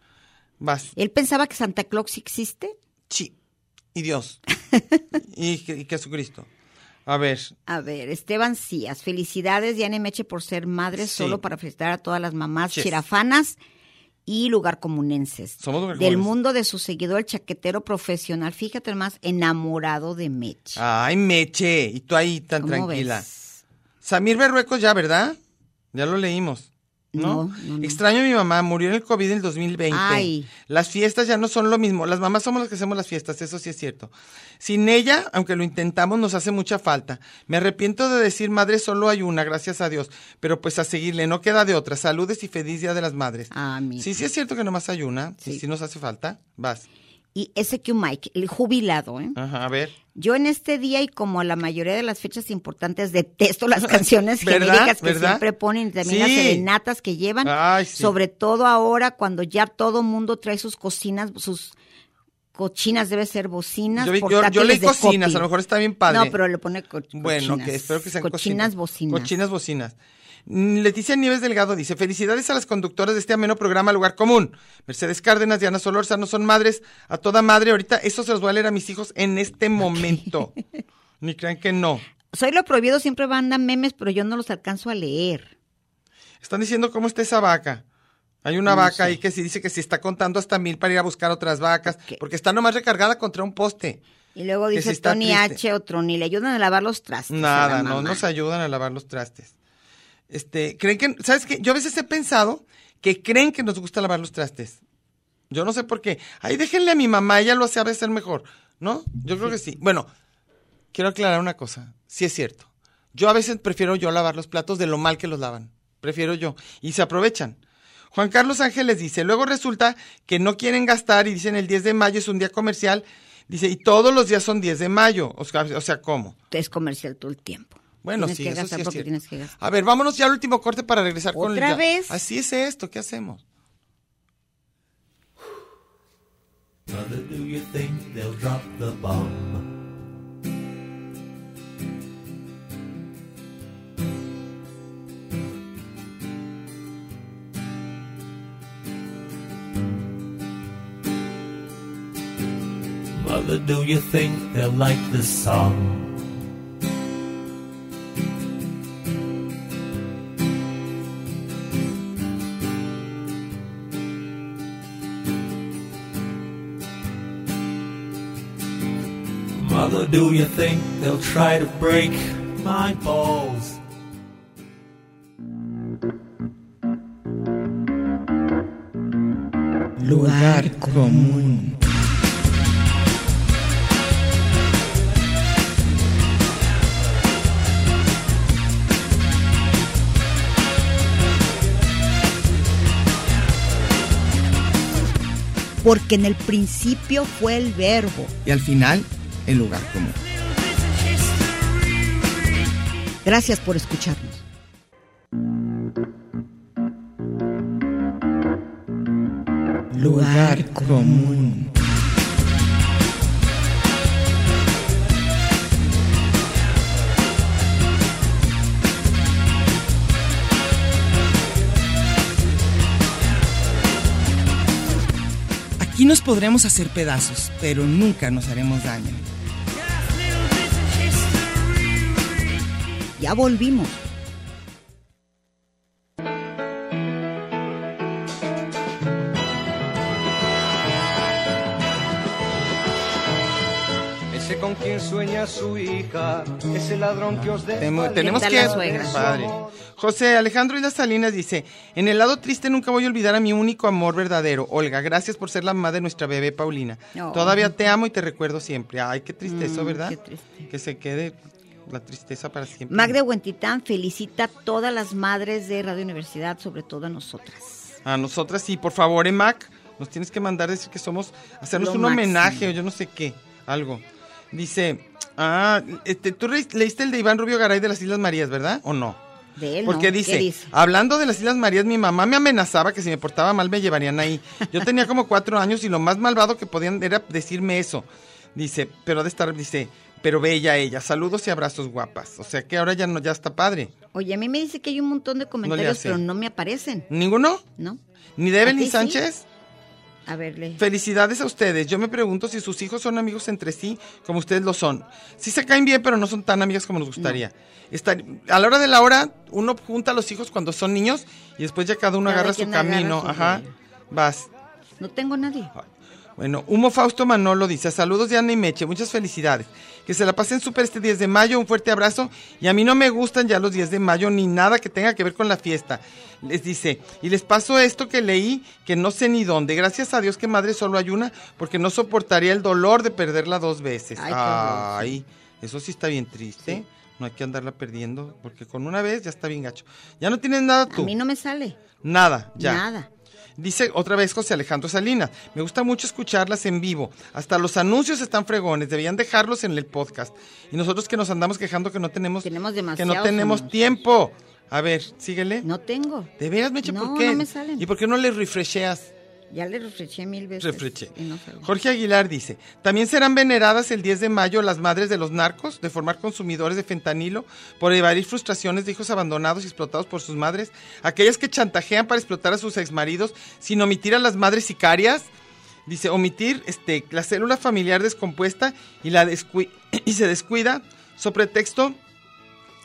Speaker 4: Vas.
Speaker 2: Él pensaba que Santa Claus sí existe.
Speaker 4: Sí. Y Dios. y, Je- y Jesucristo. A ver.
Speaker 2: A ver, Esteban Cías, felicidades Diana y Meche por ser madre,
Speaker 4: Sí.
Speaker 2: solo para felicitar a todas las mamás
Speaker 4: Yes.
Speaker 2: chirafanas y lugarcomunenses.
Speaker 4: Somos lugarcomunenses.
Speaker 2: Del mundo de su seguidor, el chaquetero profesional, fíjate más, enamorado de Meche.
Speaker 4: Ay, Meche. Y tú ahí tan
Speaker 2: ¿Cómo
Speaker 4: Ah, tranquila.
Speaker 2: ves?
Speaker 4: Samir Berruecos ya, ¿verdad? Ya lo leímos. ¿No?
Speaker 2: No, no, no.
Speaker 4: Extraño a mi mamá, murió en el COVID en el 2020.
Speaker 2: Ay.
Speaker 4: Las fiestas ya no son lo mismo. Las mamás somos las que hacemos las fiestas, eso sí es cierto. Sin ella, aunque lo intentamos, nos hace mucha falta. Me arrepiento de decir madre, solo hay una, gracias a Dios. Pero pues a seguirle, no queda de otra. Saludes y feliz día de las madres.
Speaker 2: Ah, mira.
Speaker 4: Sí, sí es cierto que nomás hay una. Sí,
Speaker 2: Sí.
Speaker 4: sí nos hace falta. Vas.
Speaker 2: Y SQ Mike, el jubilado, ¿eh?
Speaker 4: Ajá, a ver.
Speaker 2: Yo en este día y como a la mayoría de las fechas importantes detesto las canciones
Speaker 4: ¿Verdad?
Speaker 2: genéricas que
Speaker 4: ¿Verdad?
Speaker 2: siempre ponen y también
Speaker 4: Sí. Ah.
Speaker 2: las serenatas que llevan,
Speaker 4: Ay, sí.
Speaker 2: sobre todo ahora cuando ya todo mundo trae sus cocinas, sus cochinas debe ser bocinas,
Speaker 4: Yo, vi- yo- yo
Speaker 2: portátiles
Speaker 4: leí
Speaker 2: de
Speaker 4: cocinas,
Speaker 2: copy.
Speaker 4: a lo mejor está bien padre.
Speaker 2: No, pero le pone co-
Speaker 4: Bueno,
Speaker 2: cochinas.
Speaker 4: que espero que sean
Speaker 2: cochinas bocinas.
Speaker 4: Cochinas bocinas. Mm, Leticia Nieves Delgado dice, felicidades a las conductoras de este ameno programa Lugar Común. Mercedes Cárdenas, Diana Solorza, no son madres, a toda madre. Ahorita eso se los voy a leer a mis hijos en este momento. Ni crean que no.
Speaker 2: Soy lo prohibido, siempre mandan memes, pero yo no los alcanzo a leer.
Speaker 4: Están diciendo cómo está esa vaca. Hay una
Speaker 2: No
Speaker 4: vaca
Speaker 2: sé.
Speaker 4: ahí que sí dice que si está contando hasta mil para ir a buscar otras vacas,
Speaker 2: Ok.
Speaker 4: porque está nomás recargada contra un poste.
Speaker 2: Y luego
Speaker 4: Que
Speaker 2: dice
Speaker 4: si está
Speaker 2: Tony
Speaker 4: triste.
Speaker 2: H. otro, ni le ayudan a lavar los trastes. a la
Speaker 4: Nada, no
Speaker 2: mamá.
Speaker 4: nos ayudan a lavar los trastes. Este, creen que, ¿sabes qué? Yo a veces he pensado que creen que nos gusta lavar los trastes. Yo no sé por qué. Ay, déjenle a mi mamá, ella lo sabe hacer mejor. ¿No? Yo creo que sí. Bueno, quiero aclarar una cosa. Sí es cierto. Yo a veces prefiero yo lavar los platos de lo mal que los lavan. Prefiero yo. Y se aprovechan. Juan Carlos Ángeles dice, luego resulta que no quieren gastar y dicen el 10 de mayo es un día comercial. Dice, y todos los días son 10 de mayo. O sea, o sea ¿cómo?
Speaker 2: Es comercial todo el tiempo.
Speaker 4: Bueno,
Speaker 2: tienes
Speaker 4: sí,
Speaker 2: que
Speaker 4: eso
Speaker 2: gastar
Speaker 4: sí es
Speaker 2: porque
Speaker 4: cierto.
Speaker 2: tienes que gastar.
Speaker 4: A ver, vámonos ya al último corte para regresar con el...
Speaker 2: ¿Otra
Speaker 4: ya-
Speaker 2: vez?
Speaker 4: Así es esto, ¿qué hacemos?
Speaker 9: Mother, do you think they'll drop the bomb? Mother, do you think they'll like this song? Mother, do you think they'll try to break my balls?
Speaker 6: Lugar común.
Speaker 7: Porque en el principio fue el verbo.
Speaker 6: Y al final, el lugar común.
Speaker 7: Gracias por escucharnos.
Speaker 6: Lugar común. Aquí nos podremos hacer pedazos, pero nunca nos haremos daño.
Speaker 7: Ya volvimos.
Speaker 10: Ese con quien sueña su hija, ese ladrón que os
Speaker 4: Temo-
Speaker 10: desvalió.
Speaker 4: tenemos
Speaker 2: tal
Speaker 4: que...
Speaker 2: la suegra?
Speaker 4: Padre. José Alejandro Islas Salinas dice, en el lado triste nunca voy a olvidar a mi único amor verdadero, Olga. Gracias por ser la mamá de nuestra bebé Paulina.
Speaker 2: No.
Speaker 4: Todavía te amo y te recuerdo siempre. Ay, qué tristeza, ¿verdad?
Speaker 2: Mm, qué triste.
Speaker 4: Que se quede la tristeza para siempre.
Speaker 2: Magde Huentitán felicita a todas las madres de Radio Universidad, sobre todo a nosotras.
Speaker 4: A nosotras sí, por favor, Emac, nos tienes que mandar decir que somos, hacernos
Speaker 2: Lo
Speaker 4: un
Speaker 2: máximo.
Speaker 4: homenaje o yo no sé qué, algo. Dice, ah, este, tú re- leíste el de Iván Rubio Garay de las Islas Marías, ¿verdad? ¿O no?
Speaker 2: De él,
Speaker 4: Porque
Speaker 2: ¿no?
Speaker 4: dice,
Speaker 2: ¿Qué dice?
Speaker 4: hablando de las Islas Marías, mi mamá me amenazaba que si me portaba mal me llevarían ahí. Yo tenía como cuatro años y lo más malvado que podían era decirme eso. Dice, pero ha de estar, dice, pero bella ella, saludos y abrazos guapas. O sea que ahora ya no, ya está padre.
Speaker 2: Oye, a mí me dice que hay un montón de comentarios,
Speaker 4: hace.
Speaker 2: pero no me aparecen,
Speaker 4: ¿Ninguno?
Speaker 2: ¿no?
Speaker 4: ¿Ni de Evelyn
Speaker 2: ti sí?
Speaker 4: Sánchez?
Speaker 2: A ver, lee.
Speaker 4: Felicidades a ustedes. Yo me pregunto si sus hijos son amigos entre sí como ustedes lo son. Sí se caen bien, pero no son tan amigas como nos gustaría. Estar- a la hora de la hora, uno junta a los hijos cuando son niños y después ya cada uno
Speaker 2: Cada
Speaker 4: agarra su
Speaker 2: quien agarra
Speaker 4: camino.
Speaker 2: su
Speaker 4: Ajá.
Speaker 2: rollo.
Speaker 4: Vas.
Speaker 2: No tengo nadie.
Speaker 4: Bueno, Humo Fausto Manolo dice, saludos de Ana y Meche, muchas felicidades. Que se la pasen súper este 10 de mayo, un fuerte abrazo. Y a mí no me gustan ya los 10 de mayo ni nada que tenga que ver con la fiesta. Les dice, y les paso esto que leí, que no sé ni dónde. Gracias a Dios que madre solo hay una, porque no soportaría el dolor de perderla dos veces.
Speaker 2: Ay,
Speaker 4: Ay,
Speaker 2: qué horror,
Speaker 4: eso sí está bien triste. No hay que andarla perdiendo, porque con una vez ya está bien gacho. Ya no tienes nada
Speaker 2: A
Speaker 4: tú.
Speaker 2: mí no me sale.
Speaker 4: Nada, ya.
Speaker 2: Nada.
Speaker 4: Dice otra vez José Alejandro Salinas, me gusta mucho escucharlas en vivo. Hasta los anuncios están fregones, debían dejarlos en el podcast. Y nosotros que nos andamos quejando que no tenemos,
Speaker 2: Tenemos
Speaker 4: que no
Speaker 2: demasiados
Speaker 4: tenemos
Speaker 2: anuncios.
Speaker 4: tiempo. A ver, síguele.
Speaker 2: No tengo.
Speaker 4: ¿De veras, Meche,
Speaker 2: No,
Speaker 4: por qué?
Speaker 2: no me salen.
Speaker 4: ¿Y por qué no le refresheas?
Speaker 2: Ya le refreché mil veces.
Speaker 4: Refreché.
Speaker 2: y no sale.
Speaker 4: Jorge Aguilar dice, también serán veneradas el 10 de mayo las madres de los narcos, de formar consumidores de fentanilo, por evadir frustraciones de hijos abandonados y explotados por sus madres, aquellas que chantajean para explotar a sus exmaridos sin omitir a las madres sicarias. Dice, omitir este, la célula familiar descompuesta y, la descui- y se descuida, so pretexto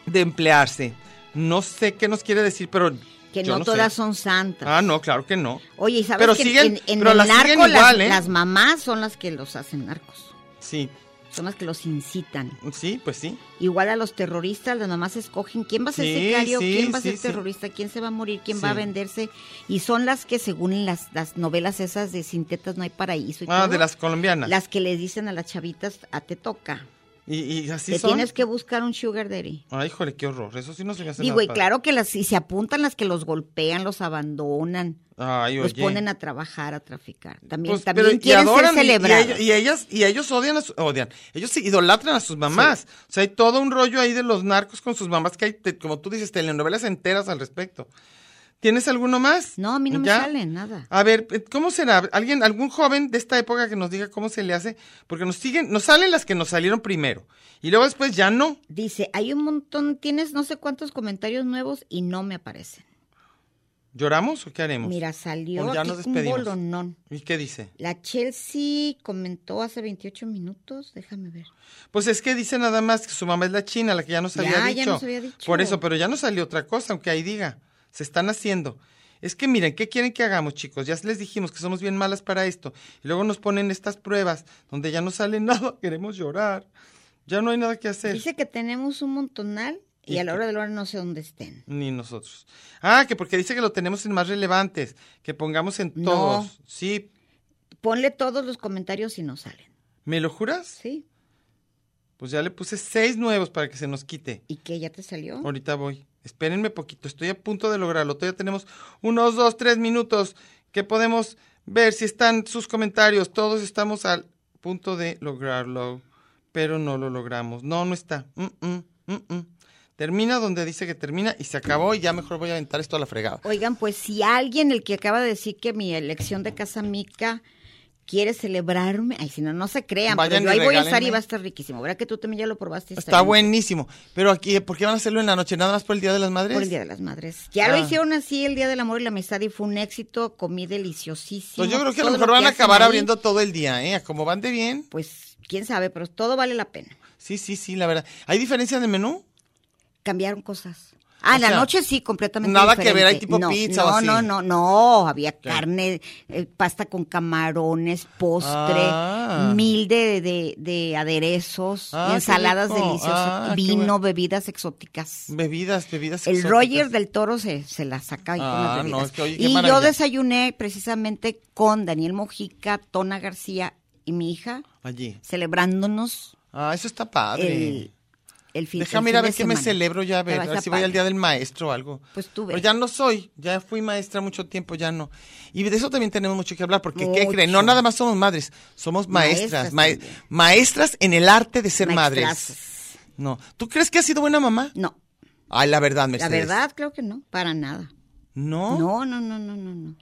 Speaker 4: de emplearse. No sé qué nos quiere decir, pero...
Speaker 2: Que
Speaker 4: yo
Speaker 2: no,
Speaker 4: no sé.
Speaker 2: todas son santas.
Speaker 4: Ah, no, claro que no.
Speaker 2: Oye, ¿y sabes
Speaker 4: Pero
Speaker 2: que
Speaker 4: siguen-
Speaker 2: en, en
Speaker 4: pero
Speaker 2: el
Speaker 4: las siguen
Speaker 2: narco las,
Speaker 4: igual, ¿eh?
Speaker 2: las mamás son las que los hacen narcos?
Speaker 4: Sí,
Speaker 2: Son las que los incitan.
Speaker 4: Sí, pues sí.
Speaker 2: Igual a los terroristas, los nomás escogen quién va a ser
Speaker 4: Sí,
Speaker 2: sicario,
Speaker 4: sí,
Speaker 2: quién va a
Speaker 4: sí,
Speaker 2: ser
Speaker 4: sí.
Speaker 2: terrorista, quién se va a morir, quién va a
Speaker 4: Sí.
Speaker 2: venderse. Y son las que, según las, las novelas esas de Sintetas No hay Paraíso y
Speaker 4: Ah,
Speaker 2: todo,
Speaker 4: de las colombianas.
Speaker 2: las que le dicen a las chavitas, a te toca.
Speaker 4: Y, y así
Speaker 2: te
Speaker 4: son.
Speaker 2: tienes que buscar un sugar daddy.
Speaker 4: Ay, híjole, qué horror. Eso sí no se me hace
Speaker 2: Digo,
Speaker 4: nada
Speaker 2: y
Speaker 4: padre.
Speaker 2: claro que las, si se apuntan las que los golpean, los abandonan,
Speaker 4: Ay,
Speaker 2: los
Speaker 4: oye.
Speaker 2: ponen a trabajar, a traficar. También,
Speaker 4: Pues,
Speaker 2: también
Speaker 4: pero- y
Speaker 2: quieren
Speaker 4: adoran, y-
Speaker 2: ser
Speaker 4: y
Speaker 2: celebrados.
Speaker 4: ellos- Y, ellas, y ellos odian a sus, odian, ellos sí idolatran a sus mamás. O sea, hay todo un rollo ahí de los narcos con sus mamás que hay, te- como tú dices, telenovelas enteras al respecto. ¿Tienes alguno más?
Speaker 2: No, a mí no
Speaker 4: ¿Ya?
Speaker 2: me salen nada.
Speaker 4: A ver, eh, ¿cómo será? ¿Alguien, algún joven de esta época que nos diga cómo se le hace? Porque nos siguen, nos salen las que nos salieron primero. Y luego después ya no.
Speaker 2: Dice, hay un montón, tienes no sé cuántos comentarios nuevos y no me aparecen.
Speaker 4: ¿Lloramos o qué haremos?
Speaker 2: Mira, salió
Speaker 4: Pues ya
Speaker 2: aquí
Speaker 4: nos
Speaker 2: un
Speaker 4: despedimos.
Speaker 2: bolonón.
Speaker 4: ¿Y qué dice?
Speaker 2: La Chelsea comentó hace 28 minutos, déjame ver.
Speaker 4: Pues es que dice nada más que su mamá es la china, la que ya nos
Speaker 2: Ya,
Speaker 4: había
Speaker 2: Ah, ya
Speaker 4: dicho.
Speaker 2: nos había dicho.
Speaker 4: Por eso, pero ya no salió otra cosa, aunque ahí diga. Se están haciendo. Es que miren, ¿qué quieren que hagamos, chicos? Ya les dijimos que somos bien malas para esto. Y luego nos ponen estas pruebas donde ya no sale nada, queremos llorar. Ya no hay nada que hacer.
Speaker 2: Dice que tenemos un montonal y,
Speaker 4: ¿Y
Speaker 2: a la
Speaker 4: qué?
Speaker 2: hora de la hora no sé dónde estén.
Speaker 4: Ni nosotros. Ah, que porque dice que lo tenemos en más relevantes, que pongamos en
Speaker 2: No.
Speaker 4: todos. Sí,
Speaker 2: Ponle todos los comentarios y no salen.
Speaker 4: ¿me lo juras?
Speaker 2: Sí.
Speaker 4: Pues ya le puse seis nuevos para que se nos quite.
Speaker 2: ¿Y qué? ¿Ya te salió?
Speaker 4: Ahorita voy. Espérenme poquito, estoy a punto de lograrlo. Todavía tenemos unos dos, tres minutos que podemos ver si están sus comentarios. Todos estamos al punto de lograrlo, pero no lo logramos. No, no está. Mm, mm, mm, mm. Termina donde dice que termina y se acabó y ya mejor voy a aventar esto a la fregada.
Speaker 2: Oigan, pues si alguien, el que acaba de decir que mi elección de Casa Mica quiere celebrarme, ay, si no, no se crean,
Speaker 4: Vayan
Speaker 2: pero yo
Speaker 4: y
Speaker 2: ahí voy a estar y
Speaker 4: regálenme.
Speaker 2: va a estar riquísimo. ¿Verdad que tú también ya lo probaste? y
Speaker 4: Está
Speaker 2: bien?
Speaker 4: buenísimo. Pero aquí, ¿por qué van a hacerlo en la noche? ¿Nada más por el Día de las Madres?
Speaker 2: Por el Día de las Madres. Ya
Speaker 4: Ah.
Speaker 2: lo hicieron así el Día del Amor y la Amistad y fue un éxito, comí deliciosísimo.
Speaker 4: Pues yo creo que a lo
Speaker 2: Todo
Speaker 4: mejor van a
Speaker 2: hacen
Speaker 4: acabar
Speaker 2: ahí,
Speaker 4: abriendo todo el día, ¿eh? A Como van de bien.
Speaker 2: Pues quién sabe, pero todo vale la pena.
Speaker 4: Sí, sí, sí, la verdad. ¿Hay diferencia de menú?
Speaker 2: Cambiaron cosas. Ah,
Speaker 4: O
Speaker 2: en la
Speaker 4: sea,
Speaker 2: noche sí, completamente
Speaker 4: nada que
Speaker 2: diferente.
Speaker 4: ver, hay tipo
Speaker 2: No,
Speaker 4: pizza
Speaker 2: no,
Speaker 4: o así.
Speaker 2: No, no, no, había carne, eh, pasta con camarones, postre,
Speaker 4: Ah.
Speaker 2: mil de, de, de aderezos,
Speaker 4: Ah, qué
Speaker 2: ensaladas
Speaker 4: rico.
Speaker 2: deliciosas,
Speaker 4: Ah, qué
Speaker 2: vino,
Speaker 4: bueno.
Speaker 2: bebidas exóticas.
Speaker 4: Bebidas, bebidas.
Speaker 2: El
Speaker 4: exóticas.
Speaker 2: Roger del Toro se, se la saca ahí con
Speaker 4: Ah,
Speaker 2: las
Speaker 4: no,
Speaker 2: bebidas.
Speaker 4: es que, oye, qué
Speaker 2: y yo
Speaker 4: maravilla.
Speaker 2: desayuné precisamente con Daniel Mojica, Tona García y mi hija,
Speaker 4: Allí.
Speaker 2: celebrándonos
Speaker 4: Ah, eso está padre.
Speaker 2: el, el fin
Speaker 4: Déjame
Speaker 2: el
Speaker 4: ir a
Speaker 2: fin de
Speaker 4: ver qué me
Speaker 2: semana.
Speaker 4: celebro ya, a ver,
Speaker 2: Pero
Speaker 4: a ver
Speaker 2: está
Speaker 4: si voy al
Speaker 2: padre.
Speaker 4: Día del Maestro o algo.
Speaker 2: Pues tú ve.
Speaker 4: Pero ya no soy, ya fui maestra mucho tiempo, ya no. Y de eso también tenemos mucho que hablar, porque ¿qué
Speaker 2: Mucho.
Speaker 4: creen? No nada más somos madres, somos maestras.
Speaker 2: Maestras
Speaker 4: ma- Maestras,
Speaker 2: también.
Speaker 4: en el arte de ser madres.
Speaker 2: Maestrazas.
Speaker 4: No. ¿Tú crees que has sido buena mamá?
Speaker 2: No,
Speaker 4: Ay, la verdad,
Speaker 2: la
Speaker 4: Mercedes.
Speaker 2: verdad creo que no, para nada.
Speaker 4: Este No.
Speaker 2: No, no, no, no, no, no.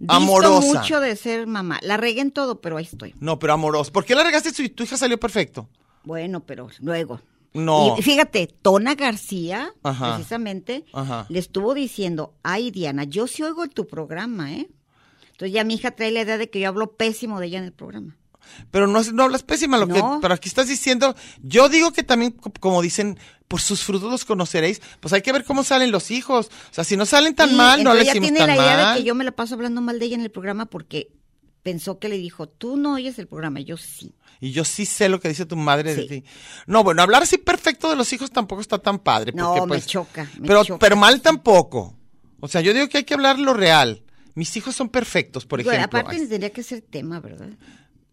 Speaker 2: Disto
Speaker 4: Amorosa.
Speaker 2: mucho de ser mamá. La regué en todo, pero ahí estoy.
Speaker 4: No, pero amoroso. ¿Por qué la regaste si tu hija salió perfecto?
Speaker 2: Bueno, pero luego.
Speaker 4: No.
Speaker 2: Y fíjate, Tona García,
Speaker 4: Ajá.
Speaker 2: precisamente,
Speaker 4: Ajá.
Speaker 2: le estuvo diciendo, ay Diana, yo sí oigo tu programa, ¿eh? Entonces ya mi hija trae la idea de que yo hablo pésimo de ella en el programa.
Speaker 4: Pero no, no hablas pésima, lo que,
Speaker 2: No.
Speaker 4: pero aquí estás diciendo, yo digo que también, co- como dicen, por sus frutos los conoceréis, pues hay que ver cómo salen los hijos. O sea, si no salen tan
Speaker 2: Y
Speaker 4: mal, no
Speaker 2: entonces
Speaker 4: le
Speaker 2: ella
Speaker 4: hicimos
Speaker 2: tiene
Speaker 4: tan
Speaker 2: la idea
Speaker 4: mal.
Speaker 2: de que yo me la paso hablando mal de ella en el programa porque pensó que le dijo, tú no oyes el programa, yo sí.
Speaker 4: Y yo sí sé lo que dice tu madre de
Speaker 2: Sí.
Speaker 4: ti. No, bueno, hablar así perfecto de los hijos tampoco está tan padre.
Speaker 2: No,
Speaker 4: porque,
Speaker 2: me
Speaker 4: pues,
Speaker 2: choca, me
Speaker 4: pero,
Speaker 2: choca.
Speaker 4: pero mal tampoco. O sea, yo digo que hay que hablar lo real. Mis hijos son perfectos, por
Speaker 2: Digo,
Speaker 4: ejemplo.
Speaker 2: aparte
Speaker 4: Ay,
Speaker 2: tendría que ser tema, ¿verdad?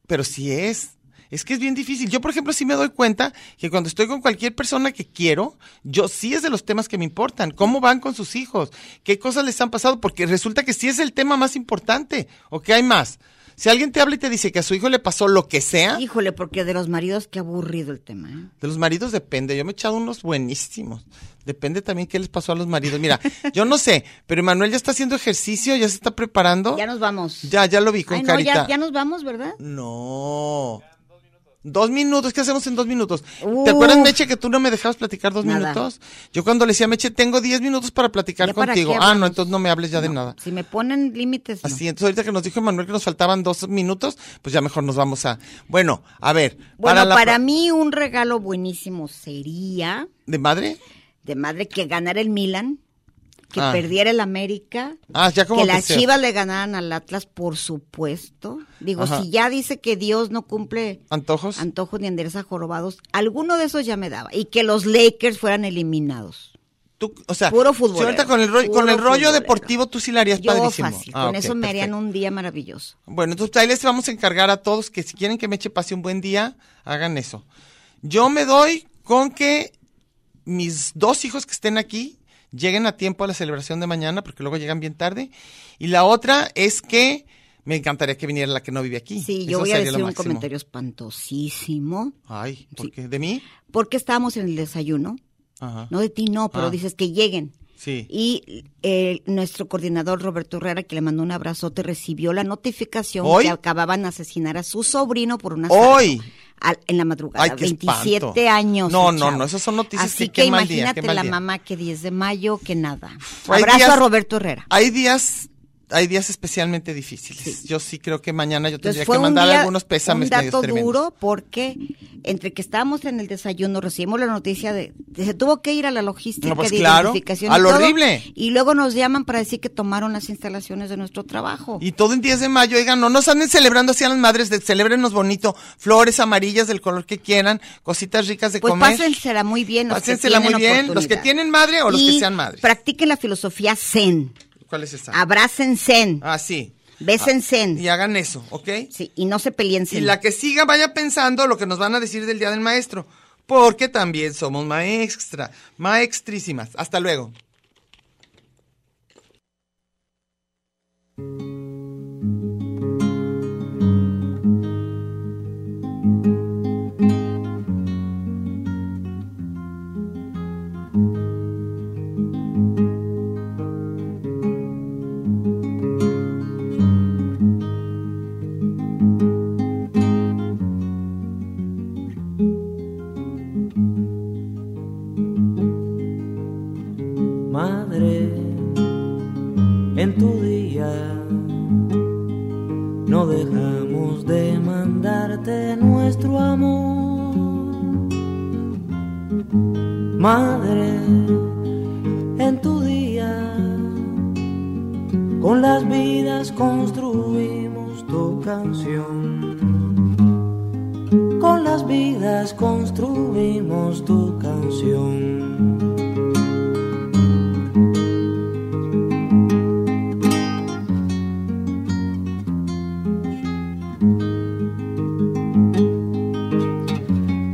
Speaker 4: pero sí es. Es que es bien difícil. Yo, por ejemplo, sí me doy cuenta que cuando estoy con cualquier persona que quiero, yo sí es de los temas que me importan. ¿Cómo van con sus hijos? ¿Qué cosas les han pasado? Porque resulta que sí es el tema más importante. ¿O qué hay más? Si alguien te habla y te dice que a su hijo le pasó lo que sea,
Speaker 2: Híjole, porque de los maridos qué aburrido el tema, ¿eh?
Speaker 4: de los maridos depende. Yo me he echado unos buenísimos. Depende también qué les pasó a los maridos. Mira, yo no sé, pero Emanuel ya está haciendo ejercicio, ya se está preparando.
Speaker 2: Ya nos vamos.
Speaker 4: Ya, ya lo vi con
Speaker 2: Ay, no,
Speaker 4: carita.
Speaker 2: ya, ya nos vamos, ¿verdad?
Speaker 4: No. Dos minutos, ¿qué hacemos en dos minutos?
Speaker 2: Uf.
Speaker 4: ¿Te acuerdas, Meche, que tú no me dejabas platicar dos
Speaker 2: Uh. Nada.
Speaker 4: minutos? Yo cuando le decía a Meche, tengo diez minutos para platicar
Speaker 2: ¿Ya para
Speaker 4: contigo.
Speaker 2: qué
Speaker 4: ah, no,
Speaker 2: hablamos?
Speaker 4: entonces no me hables ya de
Speaker 2: No,
Speaker 4: nada.
Speaker 2: Si me ponen límites, no.
Speaker 4: Así, entonces ahorita que nos dijo Emanuel que nos faltaban dos minutos, pues ya mejor nos vamos a... Bueno, a ver,
Speaker 2: Bueno, para,
Speaker 4: la-
Speaker 2: mí un regalo buenísimo sería
Speaker 4: ¿De madre?
Speaker 2: de madre que ganara el Milan que
Speaker 4: Ah.
Speaker 2: perdiera el América,
Speaker 4: Ah, ya como
Speaker 2: que
Speaker 4: que
Speaker 2: las
Speaker 4: sea.
Speaker 2: Chivas le ganaran al Atlas, por supuesto. Digo,
Speaker 4: Ajá.
Speaker 2: si ya dice que Dios no cumple
Speaker 4: ¿Antojos?
Speaker 2: antojos ni endereza jorobados, alguno de esos ya me daba. Y que los Lakers fueran eliminados.
Speaker 4: Tú, o sea,
Speaker 2: Puro
Speaker 4: si ahorita
Speaker 2: futbolero,
Speaker 4: con el, rollo, con
Speaker 2: puro
Speaker 4: el rollo
Speaker 2: futbolero.
Speaker 4: deportivo tú sí la harías
Speaker 2: Yo
Speaker 4: padrísimo.
Speaker 2: fácil,
Speaker 4: Ah,
Speaker 2: con
Speaker 4: ok,
Speaker 2: eso me harían
Speaker 4: perfecto.
Speaker 2: un día maravilloso.
Speaker 4: Bueno, entonces ahí les vamos a encargar a todos que si quieren que Meche pase un buen día, hagan eso. Yo me doy con que mis dos hijos que estén aquí lleguen a tiempo a la celebración de mañana, porque luego llegan bien tarde. Y la otra es que me encantaría que viniera la que no vive aquí.
Speaker 2: Sí,
Speaker 4: Eso
Speaker 2: yo voy a
Speaker 4: sería lo
Speaker 2: decir un
Speaker 4: máximo.
Speaker 2: comentario espantosísimo.
Speaker 4: Ay, ¿por
Speaker 2: Sí.
Speaker 4: qué? ¿De mí?
Speaker 2: Porque estábamos en el desayuno,
Speaker 4: Ajá.
Speaker 2: no de ti, no, pero
Speaker 4: Ah.
Speaker 2: dices que lleguen.
Speaker 4: Sí.
Speaker 2: Y eh, nuestro coordinador Roberto Herrera, que le mandó un abrazote, recibió la notificación
Speaker 4: ¿Hoy?
Speaker 2: que acababan de asesinar a su sobrino por una
Speaker 4: Hoy.
Speaker 2: en la madrugada,
Speaker 4: Ay, qué
Speaker 2: 27
Speaker 4: espanto.
Speaker 2: años.
Speaker 4: No,
Speaker 2: el
Speaker 4: no,
Speaker 2: chavo.
Speaker 4: no, esas son noticias
Speaker 2: Así
Speaker 4: que
Speaker 2: que,
Speaker 4: qué mal día,
Speaker 2: imagínate
Speaker 4: qué mal
Speaker 2: la
Speaker 4: día.
Speaker 2: mamá que 10 de mayo, que nada.
Speaker 4: Hay
Speaker 2: Abrazo
Speaker 4: días-
Speaker 2: a Roberto Herrera.
Speaker 4: Hay días, hay días especialmente difíciles. Yo sí creo que mañana yo tendría
Speaker 2: Entonces fue
Speaker 4: que
Speaker 2: un,
Speaker 4: mandar
Speaker 2: día-
Speaker 4: algunos pésames
Speaker 2: un dato
Speaker 4: medios tremendos.
Speaker 2: duro porque entre que estábamos en el desayuno recibimos la noticia de de- se tuvo que ir a la logística
Speaker 4: No, pues
Speaker 2: de
Speaker 4: claro,
Speaker 2: identificación
Speaker 4: a
Speaker 2: y
Speaker 4: lo
Speaker 2: todo,
Speaker 4: horrible.
Speaker 2: y luego nos llaman para decir que tomaron las instalaciones de nuestro trabajo.
Speaker 4: Y todo el 10 de mayo, oigan, no nos anden celebrando así a las madres, de, celebrenos bonito, flores amarillas del color que quieran, cositas ricas de
Speaker 2: pues
Speaker 4: comer.
Speaker 2: pásensela muy bien los
Speaker 4: Pásensela
Speaker 2: que tienen
Speaker 4: muy bien, los que
Speaker 2: oportunidad.
Speaker 4: tienen madre o los que
Speaker 2: Y
Speaker 4: sean madres.
Speaker 2: Practiquen la filosofía zen,
Speaker 4: ¿Cuál es
Speaker 2: Ah.
Speaker 4: esa?
Speaker 2: abracen zen,
Speaker 4: Ah, sí.
Speaker 2: besen
Speaker 4: Y
Speaker 2: zen,
Speaker 4: hagan eso, ¿ok?
Speaker 2: sí, y no se peleen
Speaker 4: Y
Speaker 2: zen.
Speaker 4: la que siga vaya pensando lo que nos van a decir del Día del Maestro, porque también somos maestra, maestrísimas. Hasta luego.
Speaker 3: madre, en tu día no dejamos de mandarte nuestro amor. Madre, en tu día con las vidas construimos tu canción. Con las vidas construimos tu canción.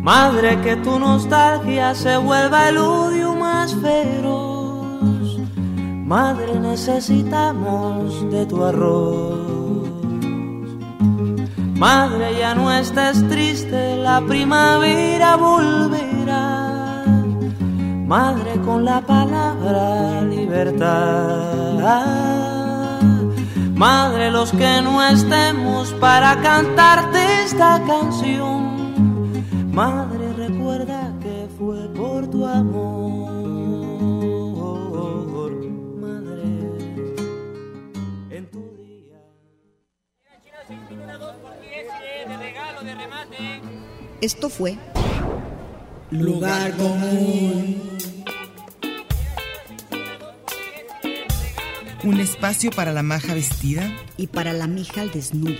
Speaker 3: Madre, que tu nostalgia se vuelva el odio más feroz. Madre, necesitamos de tu arroz. Madre, ya no estés triste, la primavera volverá. Madre, con la palabra libertad. Madre, los que no estemos para cantarte esta canción. Madre, recuerda que fue por tu amor. Madre, en tu día.
Speaker 7: Esto fue
Speaker 6: Lugar común. Un espacio para la maja vestida.
Speaker 7: Y para la mija al desnudo.